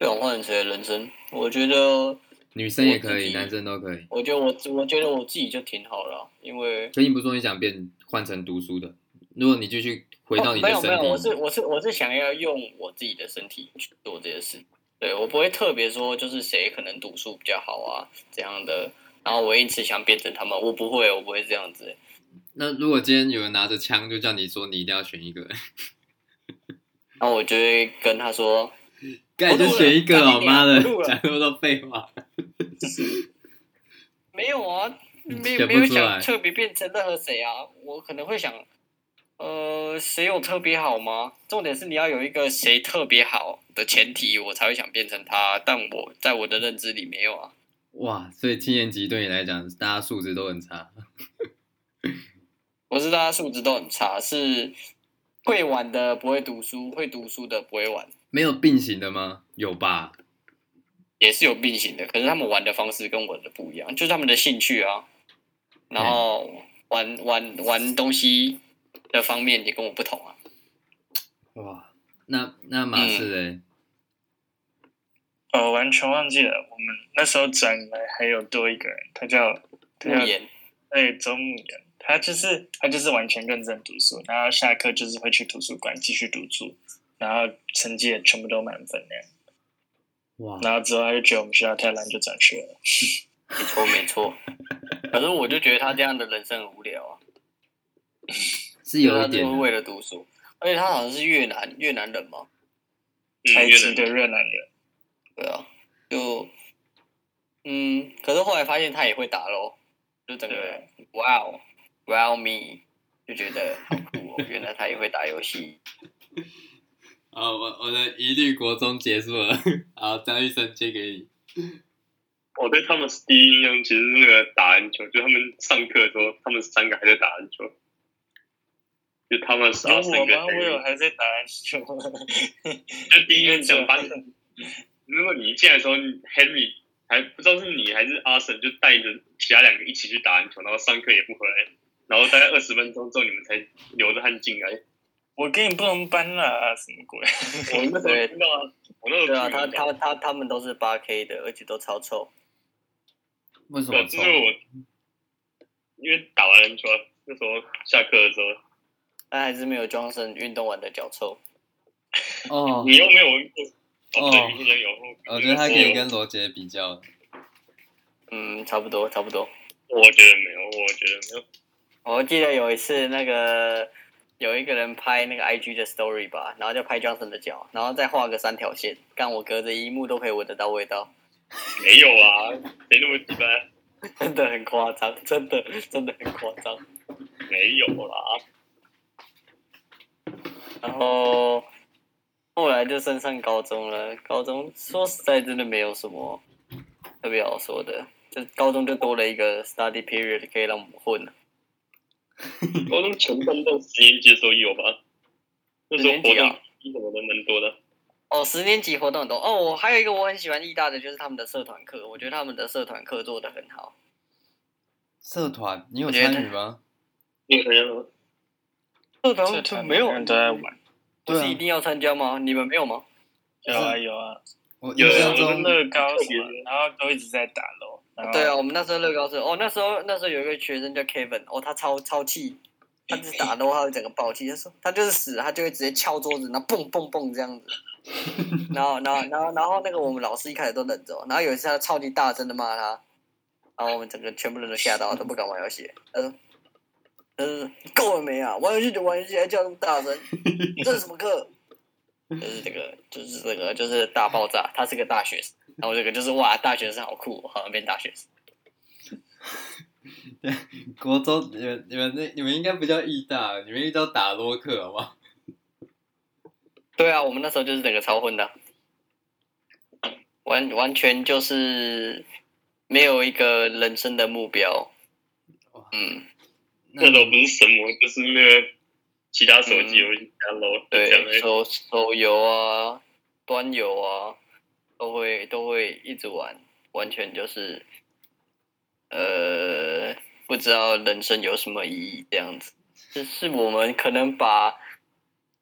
Speaker 3: 这种换谁的人生，我觉得，
Speaker 4: 女生也可
Speaker 3: 我自
Speaker 4: 以，
Speaker 3: 己
Speaker 4: 男生都可以。
Speaker 3: 我觉得我，我觉得我自己就挺好了，因为
Speaker 4: 可你不是说你想变换成读书的？如果你继续回到你
Speaker 3: 哦、
Speaker 4: 的
Speaker 3: 没有
Speaker 4: 身体，
Speaker 3: 没有，我是我是我是想要用我自己的身体去做这些事，对我不会特别说就是谁可能读书比较好啊这样的，然后我因此想变成他们，我不会，我不会这样子，
Speaker 4: 那如果今天有人拿着枪，就叫你说你一定要选 一个，
Speaker 3: 然后我就会跟他说，
Speaker 4: 干你就选一个
Speaker 3: 我
Speaker 4: 哦，
Speaker 3: 录了
Speaker 4: 妈的，
Speaker 3: 我录了
Speaker 4: 讲那么多废话。
Speaker 3: 没有啊，
Speaker 4: 嗯
Speaker 3: 没
Speaker 4: 选
Speaker 3: 有
Speaker 4: 不
Speaker 3: 没有
Speaker 4: 出来
Speaker 3: 想特别变成任何谁啊，我可能会想，呃，谁有特别好吗？重点是你要有一个谁特别好的前提，我才会想变成他，但我在我的认知里没有啊。
Speaker 4: 哇，所以七年级对你来讲，大家素质都很差。
Speaker 3: 不是大家素质都很差，是会玩的不会读书，会读书的不会玩，
Speaker 4: 没有并行的吗？有吧？
Speaker 3: 也是有并行的。可是他们玩的方式跟我的不一样，就是他们的兴趣啊，然后玩玩玩东西的方面也跟我不同啊。
Speaker 4: 哇，那那马氏嘞、
Speaker 3: 嗯
Speaker 1: 哦，完全忘记了。我们那时候转来还有多一个人，他叫
Speaker 3: 不
Speaker 1: 他叫
Speaker 3: 演
Speaker 1: 哎周牧言，他就是他就是完全认真读书，然后下课就是会去图书馆继续读书，然后成绩也全部都满分那样。
Speaker 4: 哇，
Speaker 1: 然后之后他就觉得我们学校太烂，就转学了。
Speaker 3: 没错没错，可是我就觉得他这样的人生很无聊啊，
Speaker 4: 是有一
Speaker 3: 就是他
Speaker 4: 点
Speaker 3: 就是
Speaker 4: 啊、
Speaker 3: 为了读书，而且他好像是越南越南人嘛，
Speaker 1: 埃
Speaker 2: 嗯，越
Speaker 1: 及
Speaker 2: 南
Speaker 1: 的越南人，
Speaker 3: 对啊，就嗯，可是后来发现他也会打咯，就整个人
Speaker 1: 对，
Speaker 3: 哇哦，哇哦 me，就觉得好酷哦，原来他也会打游戏。
Speaker 4: 啊，我我的疑虑国中结束了， 好，张医生接给你。
Speaker 2: 我对他们第一印象其实是那个打篮球，就他们上课的时候，他们三个还在打篮球，就他们是阿
Speaker 1: 有
Speaker 2: 森
Speaker 1: 我
Speaker 2: 跟
Speaker 1: 吗？我有
Speaker 2: Harry。
Speaker 1: 还在打篮球，
Speaker 2: 就第一印象把你，如果你一进来的时候，Henry 还不知道是你还是阿森，就带着其他两个一起去打篮球，然后上课也不回来，然后大概二十分钟之后你们才流着汗进来。
Speaker 1: 我跟你不同班啦，什么鬼？
Speaker 2: 我那时候听到啊，我那时候
Speaker 3: 对啊，
Speaker 2: 听
Speaker 3: 他
Speaker 2: 到
Speaker 3: 他他他们都是八 K 的，而且都超臭。
Speaker 4: 为什
Speaker 2: 对
Speaker 4: 么
Speaker 2: 啊，这就是我，因为打完篮球啊那时候下课的时候，
Speaker 3: 但还是没有 Johnson 运动完的脚臭。
Speaker 4: 哦，
Speaker 2: 你又没有运动，
Speaker 4: 哦
Speaker 2: 哦，对，你也有，
Speaker 4: 我觉得他可以跟罗杰比较。
Speaker 3: 嗯，差不多，差不多。
Speaker 2: 我觉得没有，我觉得没有，
Speaker 3: 我记得有一次那个有一个人拍那个 IG 的 story 吧，然后就拍 Johnson 的脚，然后再画个三条线，干我隔着一幕都可以闻得到味道，
Speaker 2: 没有啊，谁那么鸡巴？
Speaker 3: 真的很夸张，真的真的很夸张。
Speaker 2: 没有啦，
Speaker 3: 然后后来就升上高中了。高中说实在真的没有什么特别好说的，就高中就多了一个 study period 可以让我们混了。
Speaker 2: 高中全班到十年级的时候有吧？那时候活
Speaker 3: 十年级
Speaker 2: 动
Speaker 3: 啊
Speaker 2: 什么的蛮多的，
Speaker 3: 哦，十年级活动很多哦。我还有一个我很喜欢义大的，就是他们的社团课，我觉得他们的社团课做的很好。
Speaker 4: 社团，你有
Speaker 3: 我觉得
Speaker 4: 参与吗？
Speaker 2: 你有人吗？
Speaker 3: 社
Speaker 1: 社
Speaker 3: 团课
Speaker 1: 团
Speaker 3: 没有
Speaker 1: 每个，人都在玩。
Speaker 3: 不是
Speaker 4: 对啊
Speaker 3: 一定要参加吗？你们没有吗？
Speaker 1: 有啊有啊，
Speaker 4: 我
Speaker 2: 有
Speaker 4: 印象
Speaker 2: 啊
Speaker 1: 我
Speaker 4: 中
Speaker 1: 们，乐高什
Speaker 2: 特别
Speaker 1: 么，然后都一直在打咯。然后
Speaker 3: 对啊，我们那时候乐高是哦，那时候那时候有一个学生叫 Kevin，哦，他超超气，他只打的话会整个爆气，他说他就是死，他就会直接敲桌子，然后蹦蹦蹦这样子。然后，然后，然后，然后那个我们老师一开始都忍着哦，然后有一次他超级大声的骂他，然后我们整个全部人都吓到，都不敢玩游戏。他说：“嗯，够了没啊？玩游戏就玩游戏，还叫那么大声，这是什么课？”就是这个，就是这个，就是大爆炸。他是个大学生，然后这个就是哇，大学生好酷，我好像变大学生。
Speaker 4: 国中你们你们那你们应该不叫义大，你们应该叫打洛克好不好？
Speaker 3: 对啊，我们那时候就是整个超混的，完完全就是没有一个人生的目标
Speaker 4: 哇。
Speaker 3: 嗯，
Speaker 2: 那时候不是神魔，就是那个其他手
Speaker 4: 嗯
Speaker 2: 机游戏加 low，讲
Speaker 3: 对，
Speaker 2: 的
Speaker 3: 手手游啊，端游啊，都会都会一直玩，完全就是，呃，不知道人生有什么意义这样子。就是我们可能把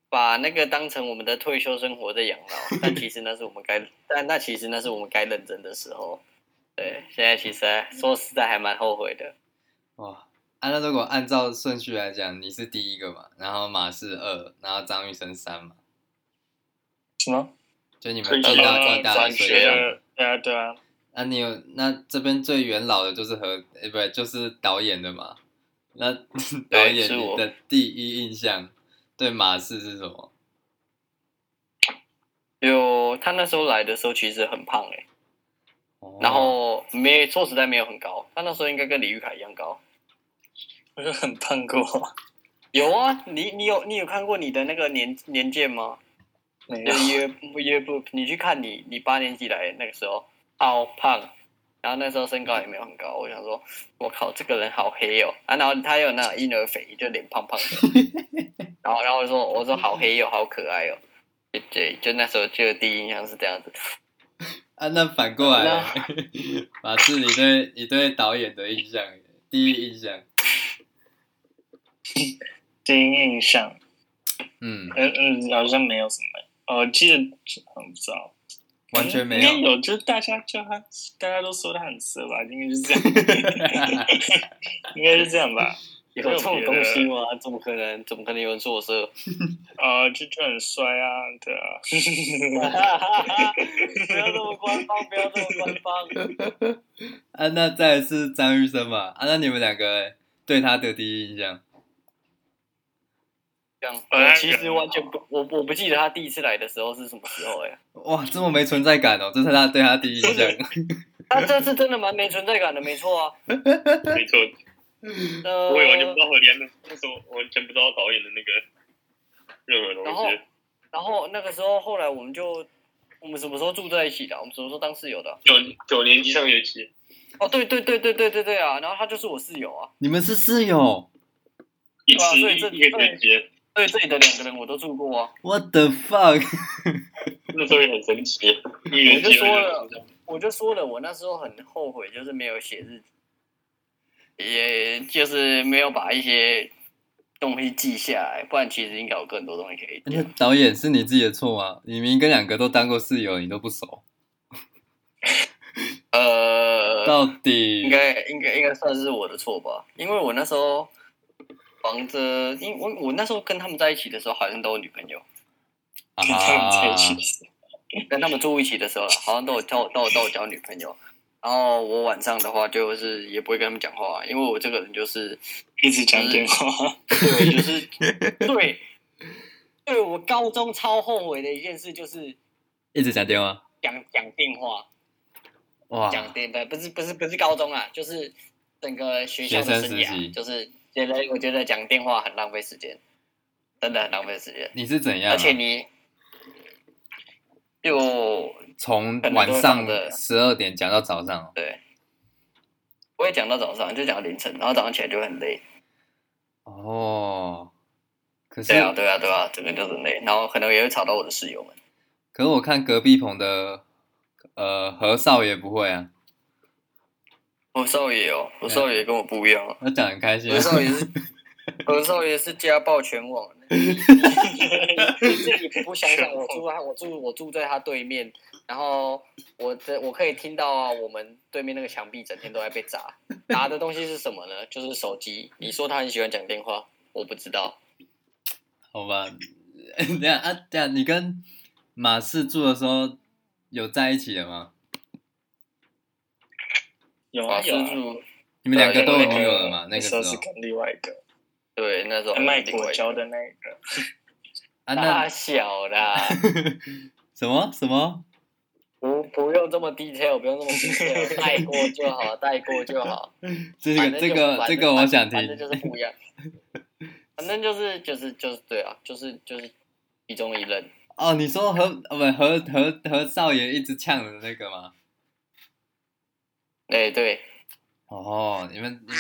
Speaker 3: 把那个当成我们的退休生活在养老，但其实那是我们该，但那其实那是我们该认真的时候。对，现在其实还说实在还蛮后悔的。
Speaker 4: 哇，啊，那如果按照顺序来讲，你是第一个嘛，然后马是二，然后张玉生三嘛，
Speaker 1: 什么？
Speaker 4: 就你们
Speaker 2: 所以
Speaker 4: 义大
Speaker 2: 呃
Speaker 4: 义大
Speaker 2: 转
Speaker 4: 的
Speaker 2: 学
Speaker 4: 学长。
Speaker 1: 对啊，对啊，
Speaker 4: 那、你有那这边最元老的就是和诶、不就是导演的嘛？那 导演
Speaker 3: 是
Speaker 4: 你
Speaker 3: 我
Speaker 4: 的第一印象对马氏是什么？
Speaker 3: 就他那时候来的时候，其实很胖诶、欸
Speaker 4: 哦
Speaker 3: 然后没说实在没有很高，他那时候应该跟李玉凯一样高。
Speaker 1: 我就很胖过，
Speaker 3: 有啊，你你有你有看过你的那个年年鉴吗？
Speaker 1: 没
Speaker 3: 就
Speaker 1: 有，
Speaker 3: 是约约不，你去看你你八年级来那个时候好胖，然后那时候身高也没有很高，我想说我靠这个人好黑哦啊，然后他有那种婴儿肥，就脸胖胖的， 然后然后我说我说好黑哟、好可爱哦，就对，就那时候就第一印象是这样子。
Speaker 4: 啊，那反过来呢，马氏你对你对导演的印象，第一印象，
Speaker 1: 第一印象，
Speaker 4: 嗯，
Speaker 1: 嗯嗯，好像没有什么，哦，记得嗯不知道，嗯
Speaker 4: 完全没
Speaker 1: 应该
Speaker 4: 有。
Speaker 1: 有，就是大家叫他，大家都说他很色吧，应该就是这 样，应该是这样吧，
Speaker 3: 有这种东西 吗？怎么可能？怎么可能有人说我是？
Speaker 1: 啊、就就很帅啊，对啊，
Speaker 3: 不要这么官方，不要这么官方。
Speaker 4: 啊，那再来是张玉生嘛？啊，那你们两个对他的第一印象，
Speaker 3: 这样，我其实完全不，我我不记得他第一次来的时候是什么时候 哎、
Speaker 4: 哇，这么没存在感哦，这是他对他第 一印象。
Speaker 3: 他啊这次真的蛮没存在感的，没错 啊。
Speaker 2: 没错，
Speaker 3: 呃，
Speaker 2: 我也完全不知道连那那时候完全不知道导演的那个任何东
Speaker 3: 然后
Speaker 2: 西，
Speaker 3: 然后那个时候，后来我们就，我们什么时候住在一起的？我们什么时候当室友的？啊
Speaker 2: 九九年级上学期，
Speaker 3: 哦，对对对对对对对啊！然后他就是我室友啊。
Speaker 4: 你们是室友
Speaker 2: 一
Speaker 3: 对啊
Speaker 2: 次
Speaker 3: 所以这
Speaker 2: 一一个学期，
Speaker 3: 对，这里的两个人我都住过啊。
Speaker 4: ？What the fuck？
Speaker 2: 那时候也很神奇，一
Speaker 3: 我
Speaker 2: 年
Speaker 3: 就
Speaker 2: 级
Speaker 3: 说了，我就说了，我那时候很后悔，就是没有写日记，也就是没有把一些东西记下来，不然其实应该有更多东西可以
Speaker 4: 那
Speaker 3: 记。
Speaker 4: 导演是你自己的错吗？你明明跟两个都当过室友，你都不熟，
Speaker 3: 呃，
Speaker 4: 到底
Speaker 3: 应该应该应该算是我的错吧，因为我那时候忙着，因为我我那时候跟他们在一起的时候，好像都有女朋友，
Speaker 4: 啊
Speaker 1: 跟他们在一起，
Speaker 3: 跟他们住一起的时候，好像都有交都有都有交女朋友。然后我晚上的话，就是也不会跟他们讲话，因为我这个人就是
Speaker 1: 一直讲电话，
Speaker 3: 对，就是对，对我高中超后悔的一件事就是
Speaker 4: 一直讲电话，
Speaker 3: 讲讲电话，
Speaker 4: 哇，
Speaker 3: 讲电不不是不是不是高中啊，就是整个学校
Speaker 4: 学
Speaker 3: 的
Speaker 4: 生
Speaker 3: 生
Speaker 4: 时期
Speaker 3: 涯，就是觉得我觉得讲电话很浪费时间，真的很浪费时间，
Speaker 4: 你是怎样啊、
Speaker 3: 而且你就
Speaker 4: 从
Speaker 3: 可能
Speaker 4: 晚
Speaker 3: 都
Speaker 4: 上
Speaker 3: 长得
Speaker 4: 十二点讲到早上哦，
Speaker 3: 对，不会讲到早上，就讲到凌晨，然后早上起来就会很累。
Speaker 4: 哦，可是、
Speaker 3: 对啊，对啊，对啊，整个就是很累，然后可能也会吵到我的室友们。
Speaker 4: 可是我看隔壁棚的呃何少也不会啊，
Speaker 3: 我少爷哦，我少爷跟我不一样哦。
Speaker 4: 他讲得很开心、
Speaker 3: 有时
Speaker 4: 啊，
Speaker 3: 候也是，何少爷是家暴全网的，你自己不想想，我住他，我住我住在他对面，然后我的我可以听到啊，我们对面那个墙壁整天都在被砸，砸的东西是什么呢？就是手机。你说他很喜欢讲电话，我不知道。
Speaker 4: 好吧， 等一下啊，等一下你跟马氏住的时候有在一起的吗？
Speaker 1: 有啊
Speaker 3: 法
Speaker 1: 有
Speaker 3: 叔
Speaker 1: 啊，
Speaker 3: 住，
Speaker 4: 你们
Speaker 3: 啊
Speaker 4: 两个都有
Speaker 1: 有
Speaker 4: 女友了嘛？
Speaker 1: 那
Speaker 4: 个
Speaker 1: 时
Speaker 4: 时
Speaker 1: 候是
Speaker 4: 候
Speaker 1: 跟另外一个哎
Speaker 3: 对，那时候
Speaker 1: 卖果胶的那一个，
Speaker 4: 啊，
Speaker 3: 大
Speaker 4: 那
Speaker 3: 小啦，
Speaker 4: 什么什么？
Speaker 3: 不不用这么 detail，不用这么 detail，带过就好，带过就好。
Speaker 4: 这
Speaker 3: 反
Speaker 4: 个
Speaker 3: 正
Speaker 4: 这
Speaker 3: 就
Speaker 4: 个
Speaker 3: 反
Speaker 4: 这
Speaker 3: 正
Speaker 4: 个我想听
Speaker 3: 反正就是不一样。 反正就是就是就是对啊，就是就是其中一任，
Speaker 4: 哦。你说何呃不何何何少爷一直呛的那个吗？
Speaker 3: 哎、对，
Speaker 4: 哦，你们你们